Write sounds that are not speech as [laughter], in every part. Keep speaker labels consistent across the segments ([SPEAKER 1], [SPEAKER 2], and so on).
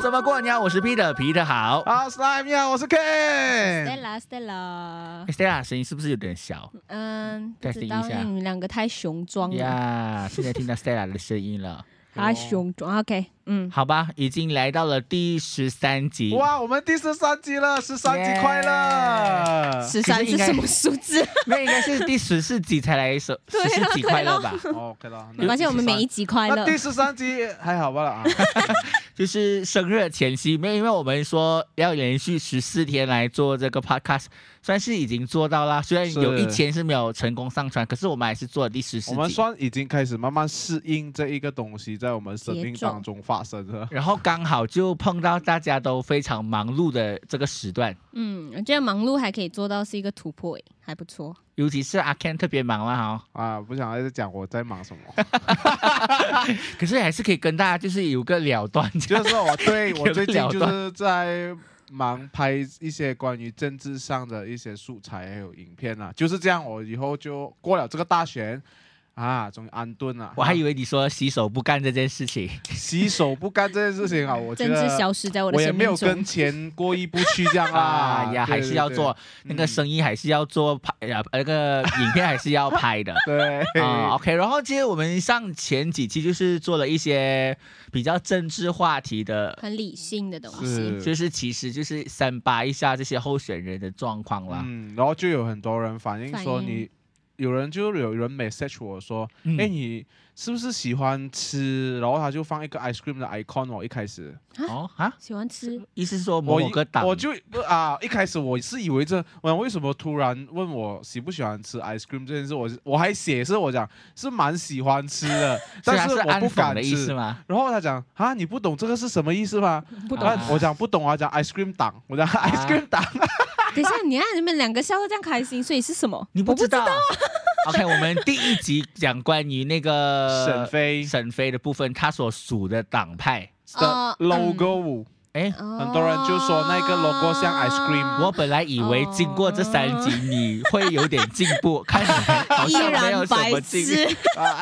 [SPEAKER 1] 什么过年？我是 Peter，皮特好。
[SPEAKER 2] [laughs]
[SPEAKER 3] 哦
[SPEAKER 2] 好，Slime 你好，我是
[SPEAKER 3] 嗯
[SPEAKER 2] Ken。
[SPEAKER 1] 哎
[SPEAKER 3] Stella，Stella，
[SPEAKER 1] Stella 声音是不是有点小
[SPEAKER 3] 嗯，不
[SPEAKER 1] 再
[SPEAKER 3] 知
[SPEAKER 1] 听一
[SPEAKER 3] 道
[SPEAKER 1] 下
[SPEAKER 3] 你们两个太雄壮了，
[SPEAKER 1] 呀现在听到 Stella 的声音了， [laughs]
[SPEAKER 3] 太雄壮。OK，嗯，
[SPEAKER 1] 好吧，已经来到了第十三集。
[SPEAKER 2] 哇，我们第十三集了，十三集快乐！
[SPEAKER 3] 十三
[SPEAKER 1] 应
[SPEAKER 3] 是
[SPEAKER 1] 该
[SPEAKER 3] 什么数字？
[SPEAKER 1] 那应该是第十四集才来一首
[SPEAKER 3] [laughs] 对
[SPEAKER 1] 十
[SPEAKER 3] 啊
[SPEAKER 1] 四集快乐吧？
[SPEAKER 2] 哦 OK
[SPEAKER 3] [laughs]
[SPEAKER 2] 了，
[SPEAKER 3] 没关系，我们每一
[SPEAKER 2] 集
[SPEAKER 3] 集快
[SPEAKER 2] 那
[SPEAKER 3] 乐
[SPEAKER 2] 第。十三集还好吧了
[SPEAKER 3] [laughs]
[SPEAKER 2] 啊？
[SPEAKER 1] 就是生日前夕，没有，因为我们说要连续十四天来做这个 podcast，算是已经做到啦。虽然
[SPEAKER 2] 是
[SPEAKER 1] 有一天是没有成功上传，可是我们还是做了第十四
[SPEAKER 2] 我们
[SPEAKER 1] 集。
[SPEAKER 2] 算已经开始慢慢适应这一个东西在我们生命当中发生
[SPEAKER 3] [laughs]
[SPEAKER 2] 了。
[SPEAKER 1] 然后刚好就碰到大家都非常忙碌的这个时段，
[SPEAKER 3] 嗯，我觉得忙碌还可以做到是一个突破，诶，还不错。
[SPEAKER 1] 尤其是阿 Ken 特别忙了哈、
[SPEAKER 2] 啊，不想再讲我在忙什
[SPEAKER 3] [laughs]
[SPEAKER 2] 么，
[SPEAKER 1] 可是还是可以跟大家就是有个了断。
[SPEAKER 2] 就是我对啊
[SPEAKER 1] 有
[SPEAKER 2] 我最近
[SPEAKER 1] 了
[SPEAKER 2] 就
[SPEAKER 1] 断
[SPEAKER 2] 是在忙拍一些关于政治上的一些素材还有影片啦、就是这样。我以后就过了这个大选啊，终于安顿了。
[SPEAKER 1] 我还以为你说洗手不干这件事情，
[SPEAKER 2] 洗手不干这件事
[SPEAKER 3] [laughs]
[SPEAKER 2] 情啊，我觉
[SPEAKER 3] 政
[SPEAKER 2] 得
[SPEAKER 3] 治消失在我的
[SPEAKER 2] 我也
[SPEAKER 3] 生
[SPEAKER 2] 没有
[SPEAKER 3] 命
[SPEAKER 2] 跟
[SPEAKER 3] 中。
[SPEAKER 2] 钱过意不去这样啦，
[SPEAKER 1] [laughs] 啊呀，还是要做那个
[SPEAKER 2] 生
[SPEAKER 1] 生意，还是要做拍呀、那个影片还是要拍
[SPEAKER 2] [laughs]
[SPEAKER 1] 的。
[SPEAKER 2] 对
[SPEAKER 1] [laughs] 啊、o k 然后其实我们上前几期就是做了一些比较政治话题的，
[SPEAKER 3] 很理性的东西，
[SPEAKER 2] 是
[SPEAKER 1] 就是其实就是三八一下这些候选人的状况啦。
[SPEAKER 2] 嗯，然后就有很多人反映说
[SPEAKER 3] 反映
[SPEAKER 2] 你，有人就有人 message 我说，
[SPEAKER 1] 嗯
[SPEAKER 2] 哎、你是不是喜欢吃？然后他就放一个 ice cream 的 icon 哦，一开始
[SPEAKER 1] 哦啊，
[SPEAKER 3] 喜欢吃
[SPEAKER 1] 意思是说某
[SPEAKER 2] 我
[SPEAKER 1] 某
[SPEAKER 2] 一
[SPEAKER 1] 个党，
[SPEAKER 2] 我就不啊，一开始我是以为这，我为什么突然问我喜不喜欢吃 ice cream 这件事，我我还写是我讲是蛮喜欢吃的
[SPEAKER 1] [laughs] 虽
[SPEAKER 2] 但
[SPEAKER 1] 然是
[SPEAKER 2] 我
[SPEAKER 1] 安
[SPEAKER 2] 不
[SPEAKER 1] 抚
[SPEAKER 2] 敢
[SPEAKER 1] 的意思
[SPEAKER 2] 吃。
[SPEAKER 1] 吗？
[SPEAKER 2] 然后他讲啊，你不懂这个是什么意思吗？
[SPEAKER 3] 不懂。啊
[SPEAKER 1] 啊
[SPEAKER 2] 然后我讲不懂啊，讲 ice cream 党，我讲 ice cream 党，
[SPEAKER 3] 等一下，你看你们两个笑得这样开心，所以是什么？
[SPEAKER 1] 你
[SPEAKER 3] 我
[SPEAKER 1] 不知道？OK，我们第一集讲关于那
[SPEAKER 2] [laughs]
[SPEAKER 1] 个
[SPEAKER 2] 沈飞
[SPEAKER 1] 沈飞的部分，他所属的党派。
[SPEAKER 2] 的
[SPEAKER 3] 哦
[SPEAKER 2] logo。
[SPEAKER 1] 哎，
[SPEAKER 3] 很
[SPEAKER 2] 很多人就说那个 logo 像 ice
[SPEAKER 3] 哦
[SPEAKER 2] cream
[SPEAKER 1] 我本来以为经过这三集你会有点进步，看起来好
[SPEAKER 3] 哦 [laughs] 依
[SPEAKER 1] 像没有
[SPEAKER 3] 然
[SPEAKER 1] 什么
[SPEAKER 3] 白
[SPEAKER 1] 进步。
[SPEAKER 3] 痴，
[SPEAKER 2] 啊，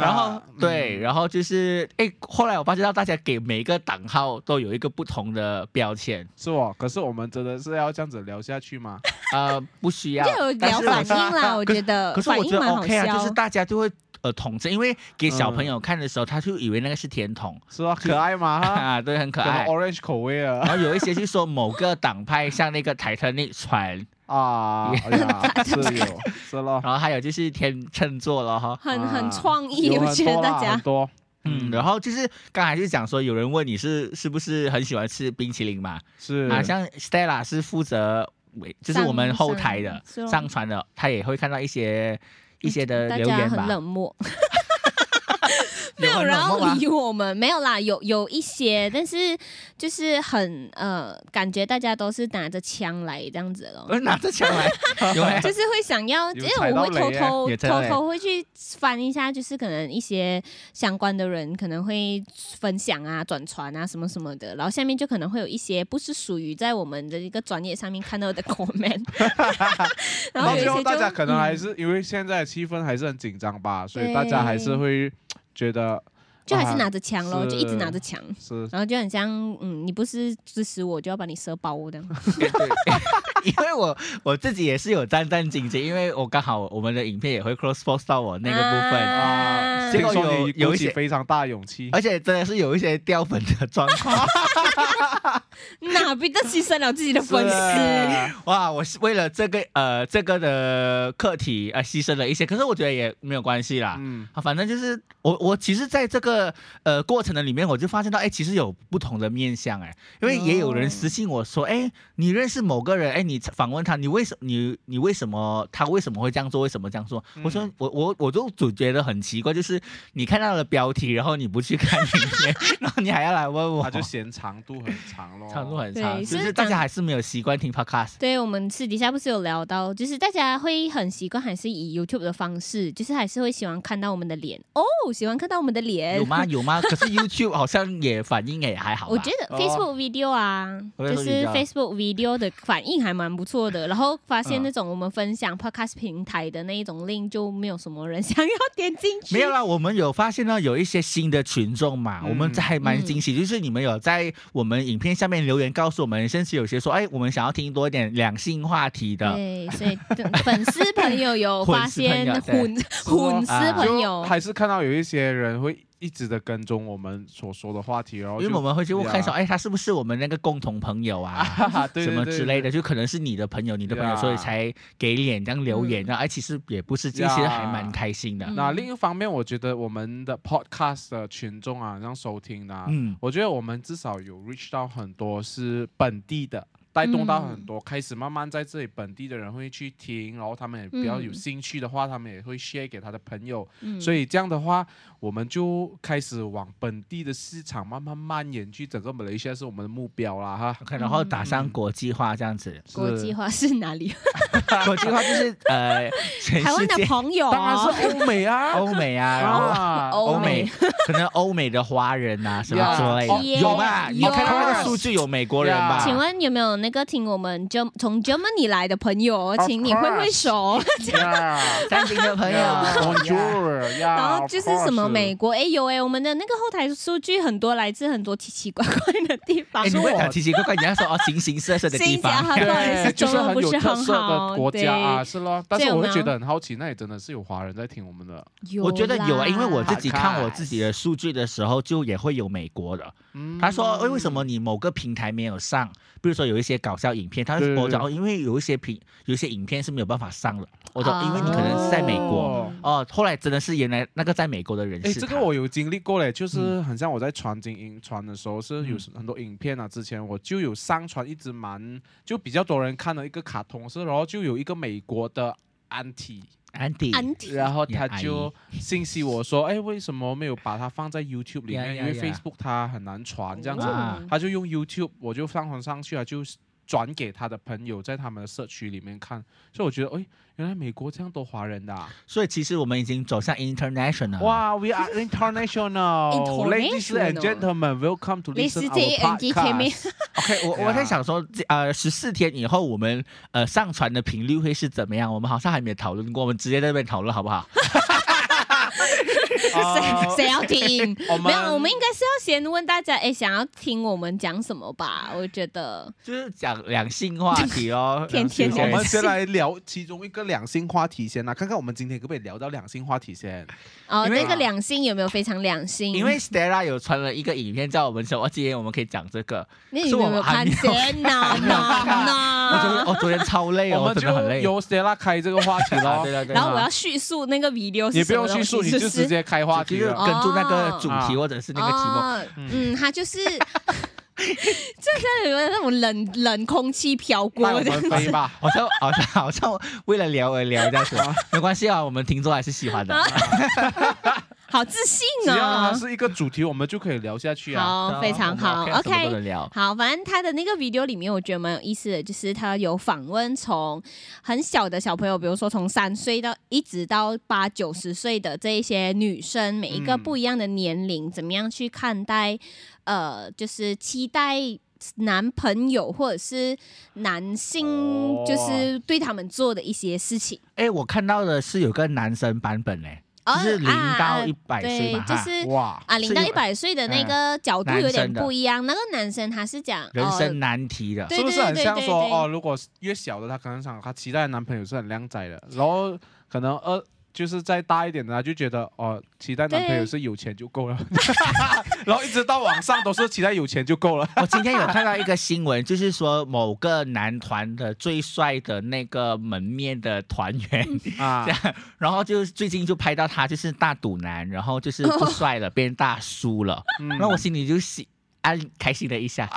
[SPEAKER 1] 然后
[SPEAKER 2] 啊
[SPEAKER 1] 对，然后就是哎，后来我发现到大家给每个档号都有一个不同的标签，
[SPEAKER 2] 是我，可是我们真的是要这样子聊下去吗？
[SPEAKER 1] 呃，不需要
[SPEAKER 3] 就。有
[SPEAKER 1] 但
[SPEAKER 3] 聊
[SPEAKER 1] 是
[SPEAKER 3] 反应啦，我觉得
[SPEAKER 1] 可是
[SPEAKER 3] 反
[SPEAKER 1] 我
[SPEAKER 3] 应
[SPEAKER 1] 觉得
[SPEAKER 3] 蛮好
[SPEAKER 1] OK 啊，就是
[SPEAKER 3] 笑。
[SPEAKER 1] 大家就会呃统称，因为给小朋友看的时候，他就以为那个是甜筒
[SPEAKER 2] 是吧？可爱吗？哈
[SPEAKER 1] 啊，对，很 [laughs] 可
[SPEAKER 2] 可能
[SPEAKER 1] 爱。
[SPEAKER 2] orange 口味啊
[SPEAKER 1] 然后有一些就说某个党派像那个 Titanic 船，
[SPEAKER 2] 啊，
[SPEAKER 1] [laughs]
[SPEAKER 2] 哎呀，是有，是咯，
[SPEAKER 1] 然后还有就是天秤座了哈。
[SPEAKER 3] 很
[SPEAKER 2] 啊
[SPEAKER 3] 很创意，
[SPEAKER 2] 有
[SPEAKER 3] 我
[SPEAKER 2] 很
[SPEAKER 3] 觉得
[SPEAKER 2] 多
[SPEAKER 3] 大
[SPEAKER 2] 啦很
[SPEAKER 3] 家
[SPEAKER 2] 多，
[SPEAKER 1] 嗯，然后就是刚才就讲说，有人问你是是不是很喜欢吃冰淇淋嘛？
[SPEAKER 2] 是
[SPEAKER 1] 啊，像 Stella 是负责为，就是我们后台的
[SPEAKER 3] 上上
[SPEAKER 1] 上传的，他也会看到一些一些的
[SPEAKER 3] 大
[SPEAKER 1] 留
[SPEAKER 3] 家
[SPEAKER 1] 言
[SPEAKER 3] 很
[SPEAKER 1] 吧。
[SPEAKER 3] 冷漠，没
[SPEAKER 1] 有
[SPEAKER 3] 有
[SPEAKER 1] 很
[SPEAKER 3] 人
[SPEAKER 1] 冷漠
[SPEAKER 3] 要
[SPEAKER 1] 吗
[SPEAKER 3] 理我们，没有啦，有有一些，但是就是很呃，感觉大家都是拿着枪来这样子咯。
[SPEAKER 1] 我拿着枪
[SPEAKER 3] [laughs]
[SPEAKER 1] 来，有 [laughs] 没
[SPEAKER 3] 就是会想要，
[SPEAKER 2] 有
[SPEAKER 3] 因为
[SPEAKER 2] 踩
[SPEAKER 3] 我
[SPEAKER 2] 到
[SPEAKER 3] 会偷
[SPEAKER 2] 雷耶
[SPEAKER 3] 偷
[SPEAKER 1] 有踩啊到
[SPEAKER 3] 偷
[SPEAKER 1] 雷
[SPEAKER 3] 偷会去翻一下，就是可能一些相关的人可能会分享啊、转传啊什么什么的，然后下面就可能会有一些不是属于在我们的一个专业上面看到的 [laughs] comment，然后
[SPEAKER 2] 到
[SPEAKER 3] 有
[SPEAKER 2] 最
[SPEAKER 3] 一些
[SPEAKER 2] 后
[SPEAKER 3] 就
[SPEAKER 2] 大家可能还
[SPEAKER 3] 嗯
[SPEAKER 2] 是因为现在气氛还是很紧张吧，所以大家还是
[SPEAKER 3] 对
[SPEAKER 2] 会觉得
[SPEAKER 3] 就还是
[SPEAKER 2] 啊
[SPEAKER 3] 拿着枪咯，就一直
[SPEAKER 2] 是
[SPEAKER 3] 拿着枪。
[SPEAKER 2] 是
[SPEAKER 3] 然后就很像，嗯，你不是支持我，就要把你射爆这样。 [laughs]
[SPEAKER 1] 因为我我自己也是有战战兢兢，因为我刚好我们的影片也会 cross post 到我那个部分，
[SPEAKER 3] 啊
[SPEAKER 2] 啊，
[SPEAKER 1] 结
[SPEAKER 2] 听
[SPEAKER 1] 果
[SPEAKER 2] 说
[SPEAKER 1] 有
[SPEAKER 2] 你
[SPEAKER 1] 有
[SPEAKER 2] 鼓
[SPEAKER 1] 一
[SPEAKER 2] 起
[SPEAKER 1] 些哎
[SPEAKER 2] 非常大勇气，
[SPEAKER 1] 而且真的是有一些掉粉的状况。
[SPEAKER 3] 哪逼的牺牲了自己的
[SPEAKER 1] 啊
[SPEAKER 3] 粉丝？
[SPEAKER 2] 是
[SPEAKER 1] 哇，我是为了这个呃这个的课题呃牺牲了一些，可是我觉得也没有关系啦。
[SPEAKER 2] 嗯，
[SPEAKER 1] 啊，反正就是我，我其实在这个呃过程的里面，我就发现到，哎，其实有不同的面相，哎，因为也有人
[SPEAKER 3] 哦
[SPEAKER 1] 私信我说，哎，你认识某个人，哎，你访问他，你为什你你为什么他为什么会这样做，为什么这样做？我说
[SPEAKER 2] 嗯
[SPEAKER 1] 我我我就总觉得很奇怪，就是你 [laughs] 看到了标题，然后你不去看里面，然后你还要来问我 [laughs]
[SPEAKER 2] 他，就嫌长度很长咯，
[SPEAKER 1] 长度很长，
[SPEAKER 3] 对
[SPEAKER 1] 就是是大
[SPEAKER 3] 讲
[SPEAKER 1] 家还是没有习惯听 podcast。
[SPEAKER 3] 对我们私底下不是有聊到，就是大家会很习惯还是以 YouTube 的方式，就是还是会喜欢看到我们的脸哦，喜欢看到我们的脸
[SPEAKER 1] [laughs]
[SPEAKER 3] [laughs]
[SPEAKER 1] 有。啊吗？有吗？可是 YouTube 好像也反应也还好吧。
[SPEAKER 3] 我觉得
[SPEAKER 2] 哦
[SPEAKER 3] Facebook video 啊，
[SPEAKER 1] Facebook
[SPEAKER 3] 就是
[SPEAKER 1] video
[SPEAKER 3] Facebook video 的反应还蛮不错的。然后发现
[SPEAKER 1] 嗯
[SPEAKER 3] 那种我们分享 podcast 平台的那一种 link 就没有什么人 [laughs] 想要点进去。
[SPEAKER 1] 没有啦，我们有发现到有一些新的群众嘛，
[SPEAKER 2] 嗯
[SPEAKER 1] 我们还蛮惊
[SPEAKER 3] 嗯
[SPEAKER 1] 喜，就是你们有在我们影片下面留言告诉我们，甚至有些说，哎，我们想要听多一点两性话题的，
[SPEAKER 3] 对，所以粉丝朋
[SPEAKER 1] [laughs]
[SPEAKER 3] 友有
[SPEAKER 1] 混
[SPEAKER 3] 发
[SPEAKER 1] 丝朋友
[SPEAKER 3] 现
[SPEAKER 1] 对
[SPEAKER 3] 混混丝
[SPEAKER 1] 啊
[SPEAKER 3] 朋
[SPEAKER 2] 就
[SPEAKER 3] 友，
[SPEAKER 2] 还是看到有一些人会一直的跟踪我们所说的话题，然后
[SPEAKER 1] 因为
[SPEAKER 2] 就
[SPEAKER 1] 我们会去
[SPEAKER 2] 呀
[SPEAKER 1] 看说，哎，他是不是我们那个共同朋友啊？
[SPEAKER 2] [laughs] 哈哈对
[SPEAKER 1] 什
[SPEAKER 2] 对
[SPEAKER 1] 么
[SPEAKER 2] 对
[SPEAKER 1] 之类
[SPEAKER 2] 对
[SPEAKER 1] 的，就可能是你的朋友，你的朋友，
[SPEAKER 2] 呀
[SPEAKER 1] 所以才给脸这样留言，然后哎，其实也不是，这些
[SPEAKER 2] 呀
[SPEAKER 1] 还蛮开心的，
[SPEAKER 3] 嗯
[SPEAKER 2] 那另一方面，我觉得我们的 podcast 的群众啊，让收听的、啊，
[SPEAKER 1] 嗯，
[SPEAKER 2] 我觉得我们至少有 reach 到很多是本地的，带动
[SPEAKER 3] 嗯
[SPEAKER 2] 到很多、开始慢慢在这里本地的人会去听，然后他们也比较有
[SPEAKER 3] 嗯
[SPEAKER 2] 兴趣的话，他们也会 share 给他的朋友，
[SPEAKER 3] 嗯
[SPEAKER 2] 所以这样的话，我们就开始往本地的市场慢慢蔓延去整个马来西亚是我们的目标啦哈。
[SPEAKER 1] OK，然后打
[SPEAKER 3] 嗯
[SPEAKER 1] 上国际化这样子， [laughs]
[SPEAKER 3] 国际化是哪里？
[SPEAKER 1] 国际化就是
[SPEAKER 3] [laughs]
[SPEAKER 1] 呃，全
[SPEAKER 3] 台
[SPEAKER 1] 世
[SPEAKER 3] 湾的
[SPEAKER 1] 界
[SPEAKER 3] 朋友、哦，
[SPEAKER 2] 当然是欧美
[SPEAKER 3] [laughs]
[SPEAKER 2] 啊，
[SPEAKER 3] 哦
[SPEAKER 1] 欧美
[SPEAKER 2] [laughs]
[SPEAKER 1] 啊，然后
[SPEAKER 2] 啊，
[SPEAKER 1] 欧
[SPEAKER 3] 欧
[SPEAKER 1] 美
[SPEAKER 3] 美，
[SPEAKER 1] [laughs] 可能欧美的华人啊什么
[SPEAKER 2] Yeah
[SPEAKER 1] 之类
[SPEAKER 2] 哦
[SPEAKER 1] 的，有吧？
[SPEAKER 3] yeah
[SPEAKER 1] 你看到那个
[SPEAKER 2] Yes
[SPEAKER 1] 数据有美国人吧
[SPEAKER 2] Yeah
[SPEAKER 3] 请问有没有那个听我们 Germ 从 Germany 来的朋友，哦
[SPEAKER 2] Of
[SPEAKER 3] 请你挥挥手。
[SPEAKER 1] 啊
[SPEAKER 3] [laughs]
[SPEAKER 2] 呀，
[SPEAKER 1] [laughs] 三金的朋友 Yeah
[SPEAKER 2] ，Bonjour，呀，
[SPEAKER 3] 哎然后就是什么
[SPEAKER 2] of course
[SPEAKER 3] 美国，哎有哎，我们的那个后台数据很多来自很多奇奇怪怪的地方
[SPEAKER 1] 哎，。你不要讲奇奇怪怪，你要说哦，形形色色的地
[SPEAKER 3] 新加
[SPEAKER 1] 方。
[SPEAKER 3] 坡
[SPEAKER 2] 对，
[SPEAKER 3] 是
[SPEAKER 2] 就
[SPEAKER 3] 中
[SPEAKER 2] 是
[SPEAKER 3] 文
[SPEAKER 2] 很
[SPEAKER 3] 不
[SPEAKER 2] 有
[SPEAKER 3] 是
[SPEAKER 2] 特
[SPEAKER 3] 很
[SPEAKER 2] 色的
[SPEAKER 3] 好，
[SPEAKER 2] 国
[SPEAKER 3] 对
[SPEAKER 2] 家啊，是咯。但
[SPEAKER 3] 所以
[SPEAKER 2] 是
[SPEAKER 3] 我
[SPEAKER 2] 我
[SPEAKER 3] 们
[SPEAKER 2] 会
[SPEAKER 3] 要
[SPEAKER 2] 觉得很好奇，那里真的是有华人在听我们的，
[SPEAKER 3] 有
[SPEAKER 1] 我觉得有啊，
[SPEAKER 3] 啦
[SPEAKER 1] 因为我自己看我自己
[SPEAKER 3] 的，
[SPEAKER 1] 的数据的时候，就也会有美国的。
[SPEAKER 2] 嗯
[SPEAKER 1] 他说：“哎，为什么你某个平台没有上？比如说有一些搞笑影片，他
[SPEAKER 2] 对对
[SPEAKER 1] 我讲
[SPEAKER 2] 对
[SPEAKER 1] 哦，因为有一些平有一些影片是没有办法上的。我说
[SPEAKER 3] 哦
[SPEAKER 1] 因为你可能是在美国
[SPEAKER 2] 哦
[SPEAKER 1] 哦。后来真的是原来那个在美国的人
[SPEAKER 2] 哎，
[SPEAKER 1] 是
[SPEAKER 2] 这
[SPEAKER 1] 他
[SPEAKER 2] 个我有经历过嘞，就是
[SPEAKER 1] 嗯
[SPEAKER 2] 很像我在传精英传的时候，是有很多影片啊。之前我就有上传一直蛮就比较多人看的一个卡通，是然后就有一个美国的
[SPEAKER 1] [laughs]
[SPEAKER 2] auntie，
[SPEAKER 1] 安迪，
[SPEAKER 3] 安迪
[SPEAKER 2] 然后
[SPEAKER 1] 呀
[SPEAKER 2] 他
[SPEAKER 1] 阿姨
[SPEAKER 2] 就信息我说，哎，为什么没有把它放在 YouTube 里
[SPEAKER 1] [laughs] 呀
[SPEAKER 2] 面？
[SPEAKER 1] 呀
[SPEAKER 2] 因为
[SPEAKER 1] 呀
[SPEAKER 2] Facebook 它很难传这样
[SPEAKER 3] 嗯
[SPEAKER 2] 子。
[SPEAKER 1] 啊
[SPEAKER 2] 他就用 YouTube，我就上传上去啊，就转给他的朋友，在他们的社区里面看。所以我觉得，哎，原来美国这样多华人的、啊，
[SPEAKER 1] 所以其实我们已经走向 international
[SPEAKER 3] 啊
[SPEAKER 1] 了。
[SPEAKER 2] 哇，We are international, ladies and gentlemen, welcome to
[SPEAKER 3] Ladies
[SPEAKER 2] listen our
[SPEAKER 3] and gentlemen [laughs]
[SPEAKER 2] podcast.
[SPEAKER 1] OK，我
[SPEAKER 2] 对啊
[SPEAKER 1] 我在想说，这呃，十四天以后我们呃上传的频率会是怎么样？我们好像还没有讨论过，我们直接在那边讨论好不好？ [laughs]
[SPEAKER 3] 谁谁要听？
[SPEAKER 2] 呃我
[SPEAKER 3] 没有，我们
[SPEAKER 2] 们
[SPEAKER 3] 应该是要先问大家，哎，想要听我们讲什么吧？我觉得，
[SPEAKER 1] 就是讲两性话题哦
[SPEAKER 3] [laughs] 天天
[SPEAKER 1] 两性话题
[SPEAKER 2] 我们先来聊其中一个两性话题先啊，看看我们今天可不可以聊到两性话题先。
[SPEAKER 3] 哦，
[SPEAKER 1] 因为
[SPEAKER 3] 那个两性有没有非常两性？
[SPEAKER 1] 因为 Stella 有传了一个影片叫我们说，哦，今天我们可以讲这个。
[SPEAKER 3] 那你们有没有看 [laughs] 哎见呢？
[SPEAKER 1] 我昨天
[SPEAKER 3] 呢呢？
[SPEAKER 1] 我昨天超
[SPEAKER 3] 哎
[SPEAKER 1] 累哦，
[SPEAKER 2] [laughs] 我
[SPEAKER 1] 我
[SPEAKER 2] 们
[SPEAKER 1] 真的很
[SPEAKER 2] 就
[SPEAKER 1] 累。
[SPEAKER 2] 由 Stella 开这个话题
[SPEAKER 1] 啊
[SPEAKER 3] [laughs]
[SPEAKER 2] 咯
[SPEAKER 1] 对。了对了
[SPEAKER 3] 然后我要叙述那个 video
[SPEAKER 2] 你
[SPEAKER 3] 是
[SPEAKER 2] 不
[SPEAKER 3] 什
[SPEAKER 2] 用
[SPEAKER 3] 么东
[SPEAKER 2] 叙
[SPEAKER 3] 西
[SPEAKER 2] 述，你
[SPEAKER 3] 是
[SPEAKER 2] 就
[SPEAKER 3] 不
[SPEAKER 2] 直
[SPEAKER 3] 是
[SPEAKER 2] 接开话题
[SPEAKER 1] 就是
[SPEAKER 2] 了。
[SPEAKER 1] 跟住那个主题
[SPEAKER 2] 哦
[SPEAKER 1] 或者是那个题目。
[SPEAKER 3] 哦、嗯，它就是， [laughs] 就是有那种冷冷空气飘过
[SPEAKER 1] 哎
[SPEAKER 2] 那我
[SPEAKER 3] 这样
[SPEAKER 2] 们
[SPEAKER 3] 子。
[SPEAKER 2] 飞吧。
[SPEAKER 1] [laughs] 好像好像好像为了聊而聊这
[SPEAKER 2] [laughs]
[SPEAKER 1] 样子，没关系啊，我们听众还是喜欢的。
[SPEAKER 3] 好自信
[SPEAKER 2] 只要
[SPEAKER 3] 哦
[SPEAKER 2] 它！是一个主题，我们就可以聊下去啊。
[SPEAKER 1] 哦
[SPEAKER 3] 好，哦非常好。
[SPEAKER 1] 我们 OK，什么都
[SPEAKER 3] OK，
[SPEAKER 1] 能聊。
[SPEAKER 3] 好，反正他的那个 video 里面，我觉得蛮有意思的，就是他有访问从很小的小朋友，比如说从三岁到一直到八九十岁的这一些女生，每一个
[SPEAKER 2] 嗯
[SPEAKER 3] 不一样的年龄，怎么样去看待，呃，就是期待。男朋友或者是男性
[SPEAKER 2] 哦，
[SPEAKER 3] 就是对他们做的一些事情，
[SPEAKER 1] 哎，我看到的是有个男生版本嘞，就
[SPEAKER 3] 而啊
[SPEAKER 1] 是零到一百岁
[SPEAKER 3] 哦对
[SPEAKER 1] 嘛，，
[SPEAKER 3] 就
[SPEAKER 1] 哈，
[SPEAKER 3] 是
[SPEAKER 2] 哇，
[SPEAKER 3] 啊，零
[SPEAKER 1] 是
[SPEAKER 3] 到
[SPEAKER 1] 有
[SPEAKER 3] 一百岁的那个角度
[SPEAKER 1] 男
[SPEAKER 3] 有点
[SPEAKER 1] 生的
[SPEAKER 3] 不一样。那个男生他是讲
[SPEAKER 1] 人
[SPEAKER 3] 哦
[SPEAKER 1] 生难题的。
[SPEAKER 3] 对
[SPEAKER 2] 是不是很像说
[SPEAKER 3] 对对对
[SPEAKER 2] 哦？如果是越小的，她可能想她期待的男朋友是很靓仔的，然后可能呃。就是再大一点的，她就觉得哦，期待男朋友
[SPEAKER 3] 对
[SPEAKER 2] 是有钱就
[SPEAKER 3] [laughs]
[SPEAKER 2] 够了，然后一直到往上都是期待有钱就
[SPEAKER 3] [laughs]
[SPEAKER 2] 够了。
[SPEAKER 1] 我今天有看到一个新闻，就是说某个男团的最帅的那个门面的团员，
[SPEAKER 3] 嗯
[SPEAKER 2] 啊
[SPEAKER 1] 这，样， [laughs] 然后就最近就拍到他就是大肚腩，然后就是不帅了，变大叔了，
[SPEAKER 2] 嗯
[SPEAKER 1] [laughs] 那我心里就喜安开心了一下。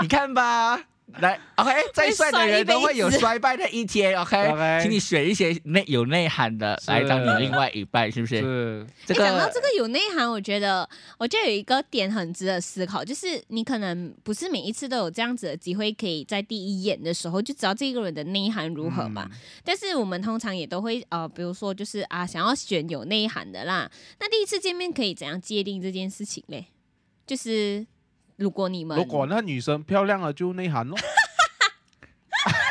[SPEAKER 1] 你看吧，来，OK，再帅的人都会有
[SPEAKER 3] 会摔
[SPEAKER 1] 衰
[SPEAKER 3] 一辈子
[SPEAKER 1] 败的一天，OK，
[SPEAKER 2] OK
[SPEAKER 1] 请你选一些内有内涵的
[SPEAKER 2] 是
[SPEAKER 1] 来当你另外一半，是不是？
[SPEAKER 2] 是
[SPEAKER 1] 这
[SPEAKER 3] 诶讲到
[SPEAKER 1] 个
[SPEAKER 3] 这个有内涵，我觉得我觉得有一个点很值得思考，就是你可能不是每一次都有这样子的机会，可以在第一眼的时候就知道这个人的内涵如
[SPEAKER 1] 嗯
[SPEAKER 3] 何
[SPEAKER 2] 嗯
[SPEAKER 3] 嘛。？但是我们通常也都会呃，比如说就是啊，想要选有内涵的啦。那第一次见面可以怎样界定这件事情嘞？就是如果你
[SPEAKER 2] 嗯
[SPEAKER 3] 们
[SPEAKER 2] 如果那女生漂亮了，就内涵
[SPEAKER 3] [laughs]
[SPEAKER 2] 咯。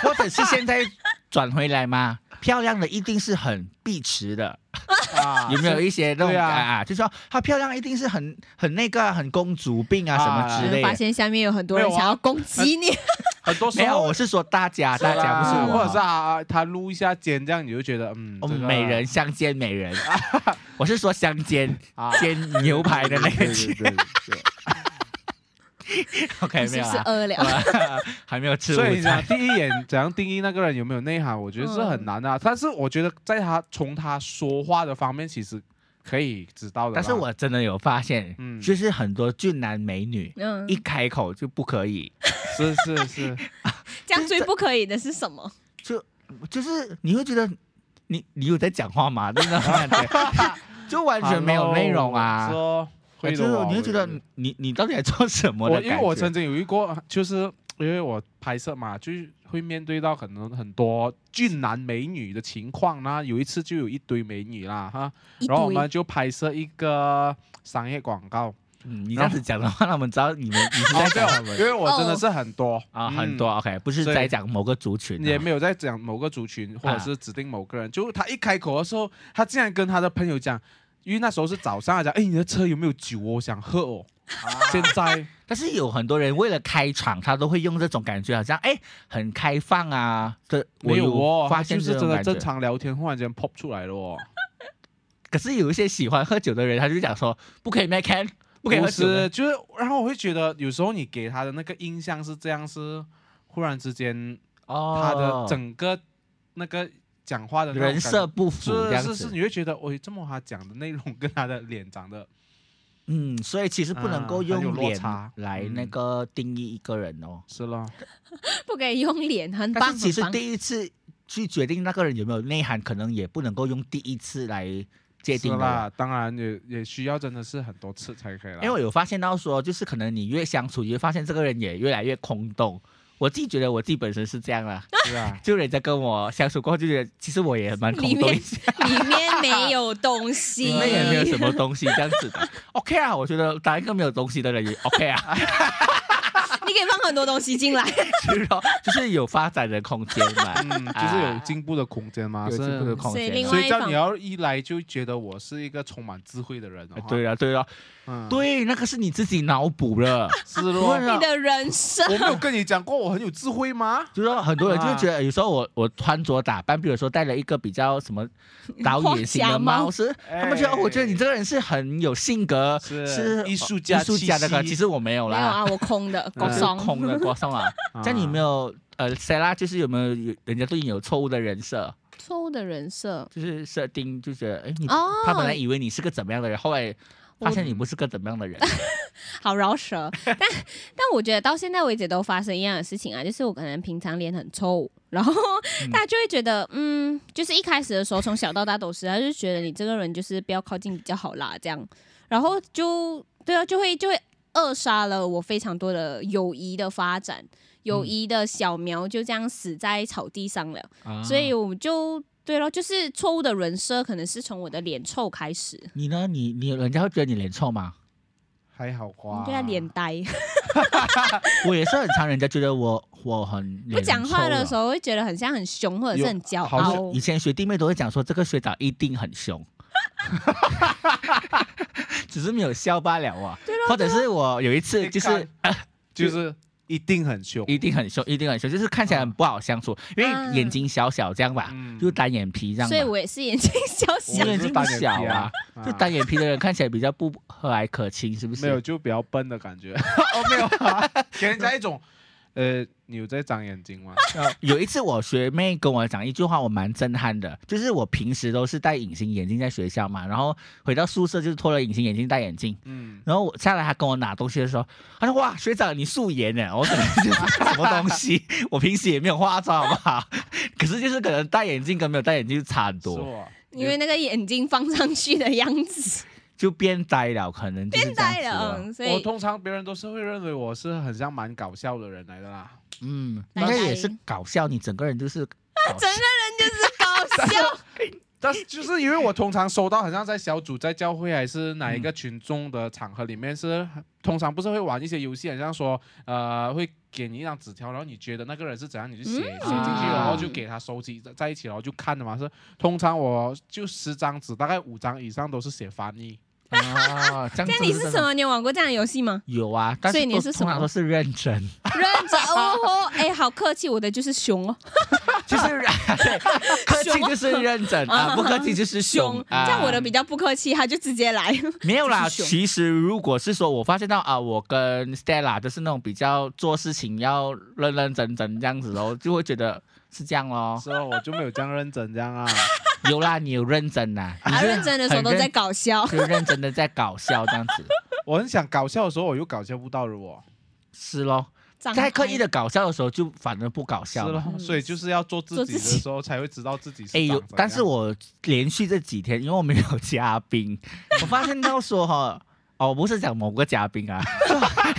[SPEAKER 1] 或者是现在转回来嘛，漂亮的一定是很碧池的，
[SPEAKER 2] 啊
[SPEAKER 1] 有没有一些那种
[SPEAKER 2] 对啊
[SPEAKER 1] 啊啊？就说她漂亮一定是很很那个啊很公主病啊什么
[SPEAKER 2] 啊
[SPEAKER 1] 之
[SPEAKER 3] 你
[SPEAKER 1] 类
[SPEAKER 3] 们发
[SPEAKER 1] 的。
[SPEAKER 3] 现下面有很多人
[SPEAKER 2] 没有啊
[SPEAKER 3] 想要攻
[SPEAKER 1] [laughs]
[SPEAKER 3] 击你，
[SPEAKER 2] 很多
[SPEAKER 1] 没
[SPEAKER 2] 时
[SPEAKER 1] 有，
[SPEAKER 2] 候
[SPEAKER 1] 我是说大家，大家
[SPEAKER 2] 啦
[SPEAKER 1] 不是我
[SPEAKER 2] 或者是啊，他撸一下肩这样，你就觉得嗯，
[SPEAKER 1] 我
[SPEAKER 2] 这
[SPEAKER 1] 们
[SPEAKER 2] 个
[SPEAKER 1] 美人相煎美
[SPEAKER 2] [laughs]
[SPEAKER 1] 人，我是说相煎
[SPEAKER 2] 啊，
[SPEAKER 1] 煎牛排的那
[SPEAKER 2] 对 [laughs]
[SPEAKER 1] 个 [laughs]
[SPEAKER 2] 对对对对
[SPEAKER 1] ，OK 没
[SPEAKER 3] [laughs] 是
[SPEAKER 1] 有
[SPEAKER 3] 不是
[SPEAKER 1] 啊？
[SPEAKER 3] 饿了？
[SPEAKER 1] [laughs] 还没有吃
[SPEAKER 2] 所以
[SPEAKER 1] 午
[SPEAKER 2] 你讲
[SPEAKER 1] 餐，
[SPEAKER 2] 第一眼怎样定义那个人有没有内涵，我觉得是
[SPEAKER 3] 嗯
[SPEAKER 2] 很难的、啊。但是我觉得在他从他说话的方面，其实可以知道的啦。
[SPEAKER 1] 但是我真的有发现，
[SPEAKER 2] 嗯
[SPEAKER 1] 就是很多俊男美女
[SPEAKER 3] 嗯
[SPEAKER 1] 一，开口就不可以，
[SPEAKER 2] 是是是，
[SPEAKER 1] [laughs]
[SPEAKER 3] 这样最不可以的是什么？
[SPEAKER 1] 就是你会觉得你你有在讲话吗？真的很感
[SPEAKER 2] [laughs]
[SPEAKER 1] 觉就完全没有内容啊
[SPEAKER 2] Hello，。说会
[SPEAKER 1] 就
[SPEAKER 2] 的
[SPEAKER 1] 是
[SPEAKER 2] 哦，
[SPEAKER 1] 你会觉得
[SPEAKER 2] 我
[SPEAKER 1] 你你你到底在做什么
[SPEAKER 2] 我
[SPEAKER 1] 的
[SPEAKER 2] 因为
[SPEAKER 1] 感
[SPEAKER 2] 我
[SPEAKER 1] 觉
[SPEAKER 2] 曾？经有遇过，就是因为我拍摄嘛，就是会面对到可能很多俊男美女的情况啦。有一次就有一堆美女啦哈，
[SPEAKER 3] 一
[SPEAKER 2] 然后我
[SPEAKER 3] 堆
[SPEAKER 2] 们就拍摄一个商业广告。
[SPEAKER 1] 嗯你这样子讲的话，他们知道你们你是
[SPEAKER 2] 哦
[SPEAKER 1] 在，讲
[SPEAKER 2] 对
[SPEAKER 1] 他
[SPEAKER 2] 哦，
[SPEAKER 1] 们
[SPEAKER 2] 因为我真的是很多
[SPEAKER 1] 啊，
[SPEAKER 2] 嗯
[SPEAKER 1] 很多 OK，不是
[SPEAKER 2] 所以
[SPEAKER 1] 在讲某个族群
[SPEAKER 2] 也
[SPEAKER 1] 啊。
[SPEAKER 2] 没有在讲某个族群或
[SPEAKER 1] 啊
[SPEAKER 2] 者是指定某个人，就他一开口的时候，他竟然跟他的朋友讲，因为那时候是早上，他讲，哎，你的车有没有酒哦？我想喝哦。
[SPEAKER 1] 啊
[SPEAKER 2] 现在
[SPEAKER 1] 但是有很多人为了开场，他都会用这种感觉，好像哎很开放啊。这我
[SPEAKER 2] 没有哦，
[SPEAKER 1] 发
[SPEAKER 2] 他
[SPEAKER 1] 现
[SPEAKER 2] 就是
[SPEAKER 1] 这
[SPEAKER 2] 真
[SPEAKER 1] 种
[SPEAKER 2] 的
[SPEAKER 1] 感觉
[SPEAKER 2] 正。常聊天，忽然间 pop 出来了哦。
[SPEAKER 1] 可是有一些喜欢喝酒的人，他就讲说不可以 make can，不可以喝酒
[SPEAKER 2] 是，
[SPEAKER 1] 的。
[SPEAKER 2] 就是，然后我会觉得有时候你给他的那个印象是这样，是忽然之间
[SPEAKER 1] 哦
[SPEAKER 2] 他的整个那个讲话的那种
[SPEAKER 1] 人设不符这
[SPEAKER 2] 感
[SPEAKER 1] 样
[SPEAKER 2] 觉。是是是，
[SPEAKER 1] 子。
[SPEAKER 2] 你会觉得，哦，这么他讲的内容跟他的脸长得
[SPEAKER 1] 嗯，所以其实不能够
[SPEAKER 2] 啊很有
[SPEAKER 1] 用
[SPEAKER 2] 落
[SPEAKER 1] 脸
[SPEAKER 2] 差
[SPEAKER 1] 来
[SPEAKER 2] 嗯
[SPEAKER 1] 那个定义一个人哦。
[SPEAKER 2] 是咯，
[SPEAKER 3] 不可以用脸，很
[SPEAKER 1] 但
[SPEAKER 3] 棒，
[SPEAKER 1] 是其实
[SPEAKER 3] 很棒
[SPEAKER 1] 第一次去决定那个人有没有内涵，可能也不能够用第一次来界定的
[SPEAKER 2] 是
[SPEAKER 1] 啦。
[SPEAKER 2] 啦，当然也也需要真的是很多次才可以了。
[SPEAKER 1] 因为我有发现到说，就是可能你越相处，你会发现这个人也越来越空洞。我自己觉得我自己本身是这样
[SPEAKER 3] [laughs]
[SPEAKER 1] 啦，[laughs]
[SPEAKER 2] 是啊，
[SPEAKER 1] 就人家跟我相处过后，就觉得其实我也蛮空
[SPEAKER 3] 里
[SPEAKER 1] 洞
[SPEAKER 3] 面
[SPEAKER 1] 一些，
[SPEAKER 3] 里面没有东
[SPEAKER 1] [laughs]
[SPEAKER 3] 西，
[SPEAKER 1] 里面也没有什么东西这样子的。OK 啊，我觉得当一个没有东西的人也 OK 啊， [laughs]
[SPEAKER 3] 你可以放很多东西进来。
[SPEAKER 1] 就是说就是有发展的空间嘛，
[SPEAKER 2] 嗯，就是有进步的空间嘛，
[SPEAKER 1] 啊有进步的
[SPEAKER 2] 是。
[SPEAKER 1] 空
[SPEAKER 3] 啊所以
[SPEAKER 1] 间
[SPEAKER 3] 另
[SPEAKER 1] 啊。
[SPEAKER 2] 所
[SPEAKER 3] 外
[SPEAKER 2] 以这
[SPEAKER 3] 一
[SPEAKER 2] 样
[SPEAKER 3] 方
[SPEAKER 2] 你要一来就觉得我是一个充满智慧的人哦，
[SPEAKER 1] 哎对了对了，
[SPEAKER 2] 嗯，
[SPEAKER 1] 对，那个是你自己脑补
[SPEAKER 3] [laughs]
[SPEAKER 1] 了。
[SPEAKER 2] 是
[SPEAKER 1] 不啊
[SPEAKER 2] 咯
[SPEAKER 1] 然。
[SPEAKER 3] 你的人生
[SPEAKER 2] 我没有跟你讲过我很有智慧吗？
[SPEAKER 1] 就是说很多人就会觉得，有时候我我穿着打扮，比如说戴了一个比较什么导演
[SPEAKER 3] [laughs]
[SPEAKER 1] 型的帽子，他们觉得、哦我觉得你这个人是很有性格，
[SPEAKER 3] 哎
[SPEAKER 2] 是
[SPEAKER 1] 是
[SPEAKER 2] 艺术家
[SPEAKER 1] 艺术家的
[SPEAKER 2] 气息
[SPEAKER 1] 感觉。其实我没有
[SPEAKER 3] 没有
[SPEAKER 1] 啦，
[SPEAKER 3] 啊，嗯我空
[SPEAKER 1] [laughs]
[SPEAKER 3] 的，
[SPEAKER 1] 我
[SPEAKER 3] 光
[SPEAKER 1] 是
[SPEAKER 3] 松。
[SPEAKER 1] 空的国松
[SPEAKER 3] [laughs]
[SPEAKER 1] 啊。
[SPEAKER 2] 啊
[SPEAKER 1] 但你有没有呃，塞拉就是有没有有人家对你有错误的人设，
[SPEAKER 3] 错误的人设
[SPEAKER 1] 就是设定就觉得哎你。
[SPEAKER 3] 哦，
[SPEAKER 1] 他本来以为你是个怎么样的人，后来发现你不是个怎么样的
[SPEAKER 3] [laughs]
[SPEAKER 1] 人。
[SPEAKER 3] 好饶舌， [laughs] 但但我觉得到现在为止都发生一样的事情啊，就是我可能平常脸很臭，然后大家就会觉得，嗯，就是一开始的时候从小到大都是，他就觉得你这个人就是不要靠近比较好啦，这样，然后就对啊，就会就会扼杀了我非常多的友谊的发展，友谊的小苗就这样死在草地上了，
[SPEAKER 1] 啊
[SPEAKER 3] 所以我就。对咯，就是错误的人设可能是从我的脸臭开始，
[SPEAKER 1] 你呢？你你人家会觉得你脸臭吗？
[SPEAKER 2] 还好吧？
[SPEAKER 3] 对啊，脸呆。
[SPEAKER 1] 我也是很常人家觉得我我很
[SPEAKER 3] 不讲话的
[SPEAKER 1] 的
[SPEAKER 3] 时候会觉得很像很凶或者是
[SPEAKER 2] 有
[SPEAKER 3] 很骄
[SPEAKER 2] 好像
[SPEAKER 3] 傲
[SPEAKER 1] 以。前学弟妹都会讲说，这个学长一定很凶， [laughs] 只是没有笑罢了啊。或者是我有一次就
[SPEAKER 2] 你
[SPEAKER 1] 是
[SPEAKER 2] 看就是一定很凶。
[SPEAKER 1] 一定很凶，一定很凶，就是看起来很不好相处，因为眼睛小小这样吧，
[SPEAKER 2] 嗯
[SPEAKER 1] 就单眼皮这样
[SPEAKER 3] 嗯所以
[SPEAKER 1] 吧。
[SPEAKER 3] 我也是眼睛小
[SPEAKER 1] 我
[SPEAKER 3] 小
[SPEAKER 1] 眼睛不小啊，
[SPEAKER 2] 啊
[SPEAKER 1] 就单眼皮的人看起来比较不和蔼可亲，是不是？
[SPEAKER 2] [laughs] 没有就比较笨的感觉。哦，没有啊，给人家一种呃，你有在长眼睛吗？ [laughs]
[SPEAKER 1] 有一次我学妹跟我讲一句话，我蛮震撼的，就是我平时都是戴隐形眼镜在学校嘛，然后回到宿舍就是脱了隐形眼镜戴眼镜，
[SPEAKER 2] 嗯，
[SPEAKER 1] 然后我下来她跟我拿东西的时候，她说哇学长你素颜呢，我可能就是 [laughs] 什么东西，我平时也没有化妆好不好？ [laughs] 可是就是可能戴眼镜跟没有戴眼镜就差很
[SPEAKER 2] 是哦
[SPEAKER 1] 多，
[SPEAKER 2] 我
[SPEAKER 3] [laughs] 因为那个眼睛放上去的样子
[SPEAKER 1] 就变呆了，可能就是
[SPEAKER 3] 变
[SPEAKER 1] 这样
[SPEAKER 3] 呆
[SPEAKER 1] 子
[SPEAKER 3] 了，
[SPEAKER 1] 了
[SPEAKER 3] 嗯，所
[SPEAKER 2] 我
[SPEAKER 3] 以 [laughs]
[SPEAKER 2] 通常别人都是会认为我是很像蛮搞笑的人来的啦。
[SPEAKER 1] 嗯，
[SPEAKER 3] 呆
[SPEAKER 1] 应该也是
[SPEAKER 3] 呆
[SPEAKER 1] 搞笑，你整个人
[SPEAKER 3] [laughs]
[SPEAKER 1] 就是搞
[SPEAKER 3] 整个人就是搞笑。
[SPEAKER 2] [laughs] 但是就是因为我通常收到，好像在小组、在教会还是哪一个群众的场合里面是，通常不是会玩一些游戏，好像说呃会给你一张纸条，然后你觉得那个人是怎样，你就写、
[SPEAKER 3] 嗯
[SPEAKER 2] 写进去，
[SPEAKER 1] 啊
[SPEAKER 2] 然后就给他收集在在一起，然后就看的嘛。是通常我就十张纸，大概五张以上都是写翻译。
[SPEAKER 1] 啊，这样
[SPEAKER 3] 那
[SPEAKER 1] 子？
[SPEAKER 3] 你是什？么？你有玩过这样的游戏吗
[SPEAKER 1] 有啊，但
[SPEAKER 3] 所以
[SPEAKER 1] 是
[SPEAKER 3] 你
[SPEAKER 1] 都
[SPEAKER 3] 是什
[SPEAKER 1] 通常
[SPEAKER 3] 么
[SPEAKER 1] 都是认真，
[SPEAKER 3] 认真哦吼，哎，好客气，我的就是熊哦，
[SPEAKER 1] 就是
[SPEAKER 3] 啊
[SPEAKER 1] 对 [laughs] 客气就是认真啊，不客气就是凶啊。
[SPEAKER 3] 像我的比较不客气，他就直接来。 [laughs]
[SPEAKER 1] 没有啦，
[SPEAKER 3] 就是凶
[SPEAKER 1] 其实如果是说我发现到啊，我跟 Stella 就是那种比较做事情要认认真真这样子哦，就会觉得是这样
[SPEAKER 3] [laughs]
[SPEAKER 1] 咯。
[SPEAKER 2] 所以我就没有这样认真这样啊。
[SPEAKER 1] 有啦，你有认真呐、你
[SPEAKER 3] 他
[SPEAKER 1] 是
[SPEAKER 3] 啊认真的时候
[SPEAKER 1] 很
[SPEAKER 3] 都在
[SPEAKER 1] 认，
[SPEAKER 3] 搞笑
[SPEAKER 1] 就认真的在搞笑这样子，
[SPEAKER 2] 我很想搞笑的时候，我又搞笑不到了我，
[SPEAKER 1] 是咯。
[SPEAKER 3] 张
[SPEAKER 1] 在刻意
[SPEAKER 3] 开
[SPEAKER 1] 的搞笑的时候，就反而不搞
[SPEAKER 2] 是
[SPEAKER 1] 笑了。
[SPEAKER 2] 咯，所以就是要做自
[SPEAKER 3] 做
[SPEAKER 2] 己
[SPEAKER 3] 自
[SPEAKER 2] 的
[SPEAKER 3] 己
[SPEAKER 2] 时候才会知道自己是
[SPEAKER 1] 哎
[SPEAKER 2] 长
[SPEAKER 1] 呦
[SPEAKER 2] 怎！
[SPEAKER 1] 但是
[SPEAKER 2] 样
[SPEAKER 1] 我连续这几天，因为我没有嘉宾，我发现到说哈，哦，我不是讲某个嘉宾啊，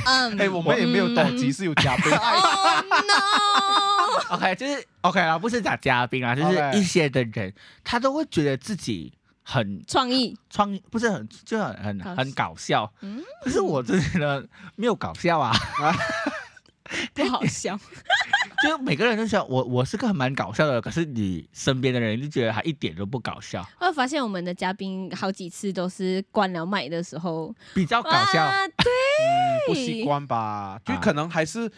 [SPEAKER 3] 嗯，
[SPEAKER 2] 哎，我们也没有等级是有加
[SPEAKER 3] [laughs]
[SPEAKER 2] 倍。
[SPEAKER 3] Oh no！
[SPEAKER 1] OK，就是 OK 啦，不是讲嘉宾啊，就是
[SPEAKER 2] OK
[SPEAKER 1] 一些的人，他都会觉得自己很
[SPEAKER 3] 创意，
[SPEAKER 1] 创，不是很就很很
[SPEAKER 3] 搞笑
[SPEAKER 1] 很搞笑。
[SPEAKER 3] 嗯，
[SPEAKER 1] 可是我真的觉得没有搞笑 [laughs] 啊，
[SPEAKER 3] 不好笑。
[SPEAKER 1] 就是每个人都想我我是个很蛮搞笑的，可是你身边的人就觉得他一点都不搞笑，
[SPEAKER 3] 我有发现我们的嘉宾好几次都是关了麦的时候
[SPEAKER 1] 比较搞笑。
[SPEAKER 3] 啊对
[SPEAKER 2] 嗯，不习惯吧？就
[SPEAKER 1] 啊
[SPEAKER 2] 可能还是